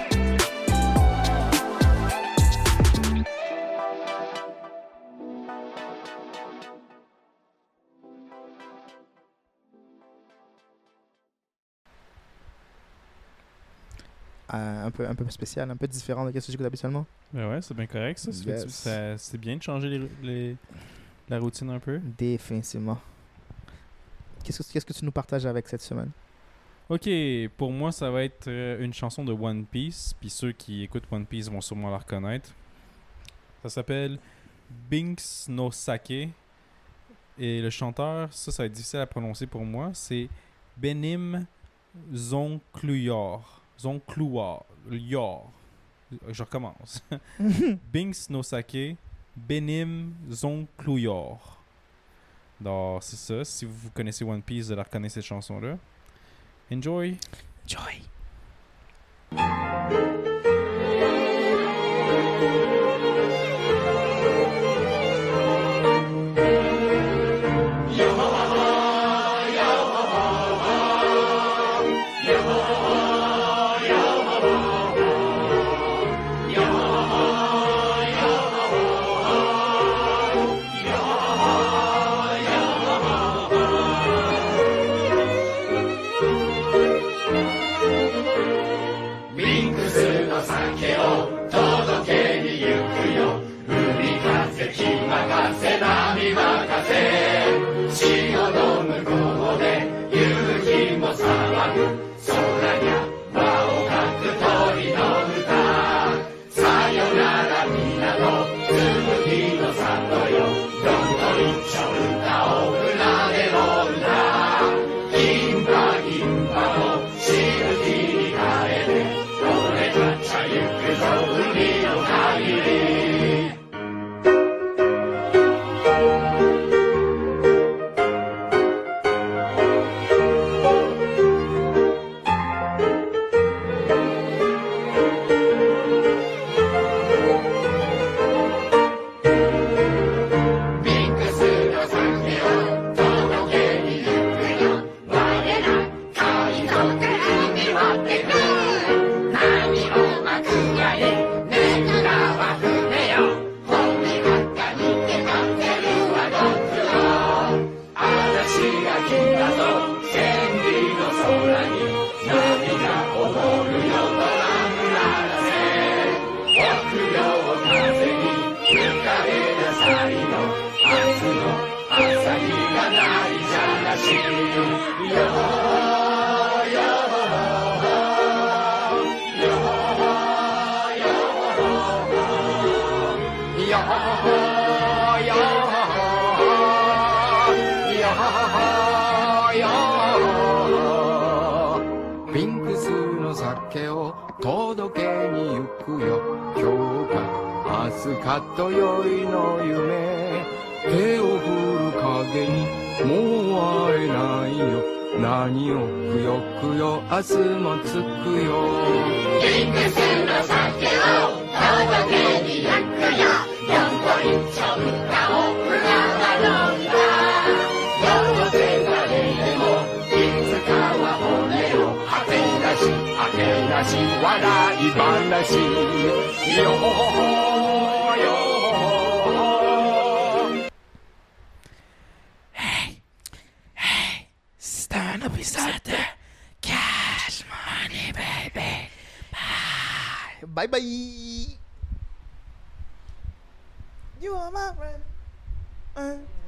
Speaker 1: Euh, un, peu, un peu spécial, un peu différent de ce que j'écoute habituellement.
Speaker 2: Ben ouais, c'est bien correct ça. Ça fait que tu-
Speaker 1: Yes.
Speaker 2: ça- C'est bien de changer les, les- la routine un peu.
Speaker 1: Définitivement. Qu'est-ce que, qu'est-ce que tu nous partages avec cette semaine
Speaker 2: Ok, pour moi, ça va être euh, une chanson de One Piece. Puis ceux qui écoutent One Piece vont sûrement la reconnaître. Ça s'appelle Binks no Sake. Et le chanteur, ça, ça va être difficile à prononcer pour moi, c'est Benim Zoncluyor. Zoncluor. Yor. Je recommence. Binks no Sake, Benim Zoncluyor. Donc, c'est ça. Si vous connaissez One Piece, vous allez reconnaître cette chanson-là. Enjoy.
Speaker 1: Joy.
Speaker 3: Yaha
Speaker 4: Bye bye. You are my friend. Uh.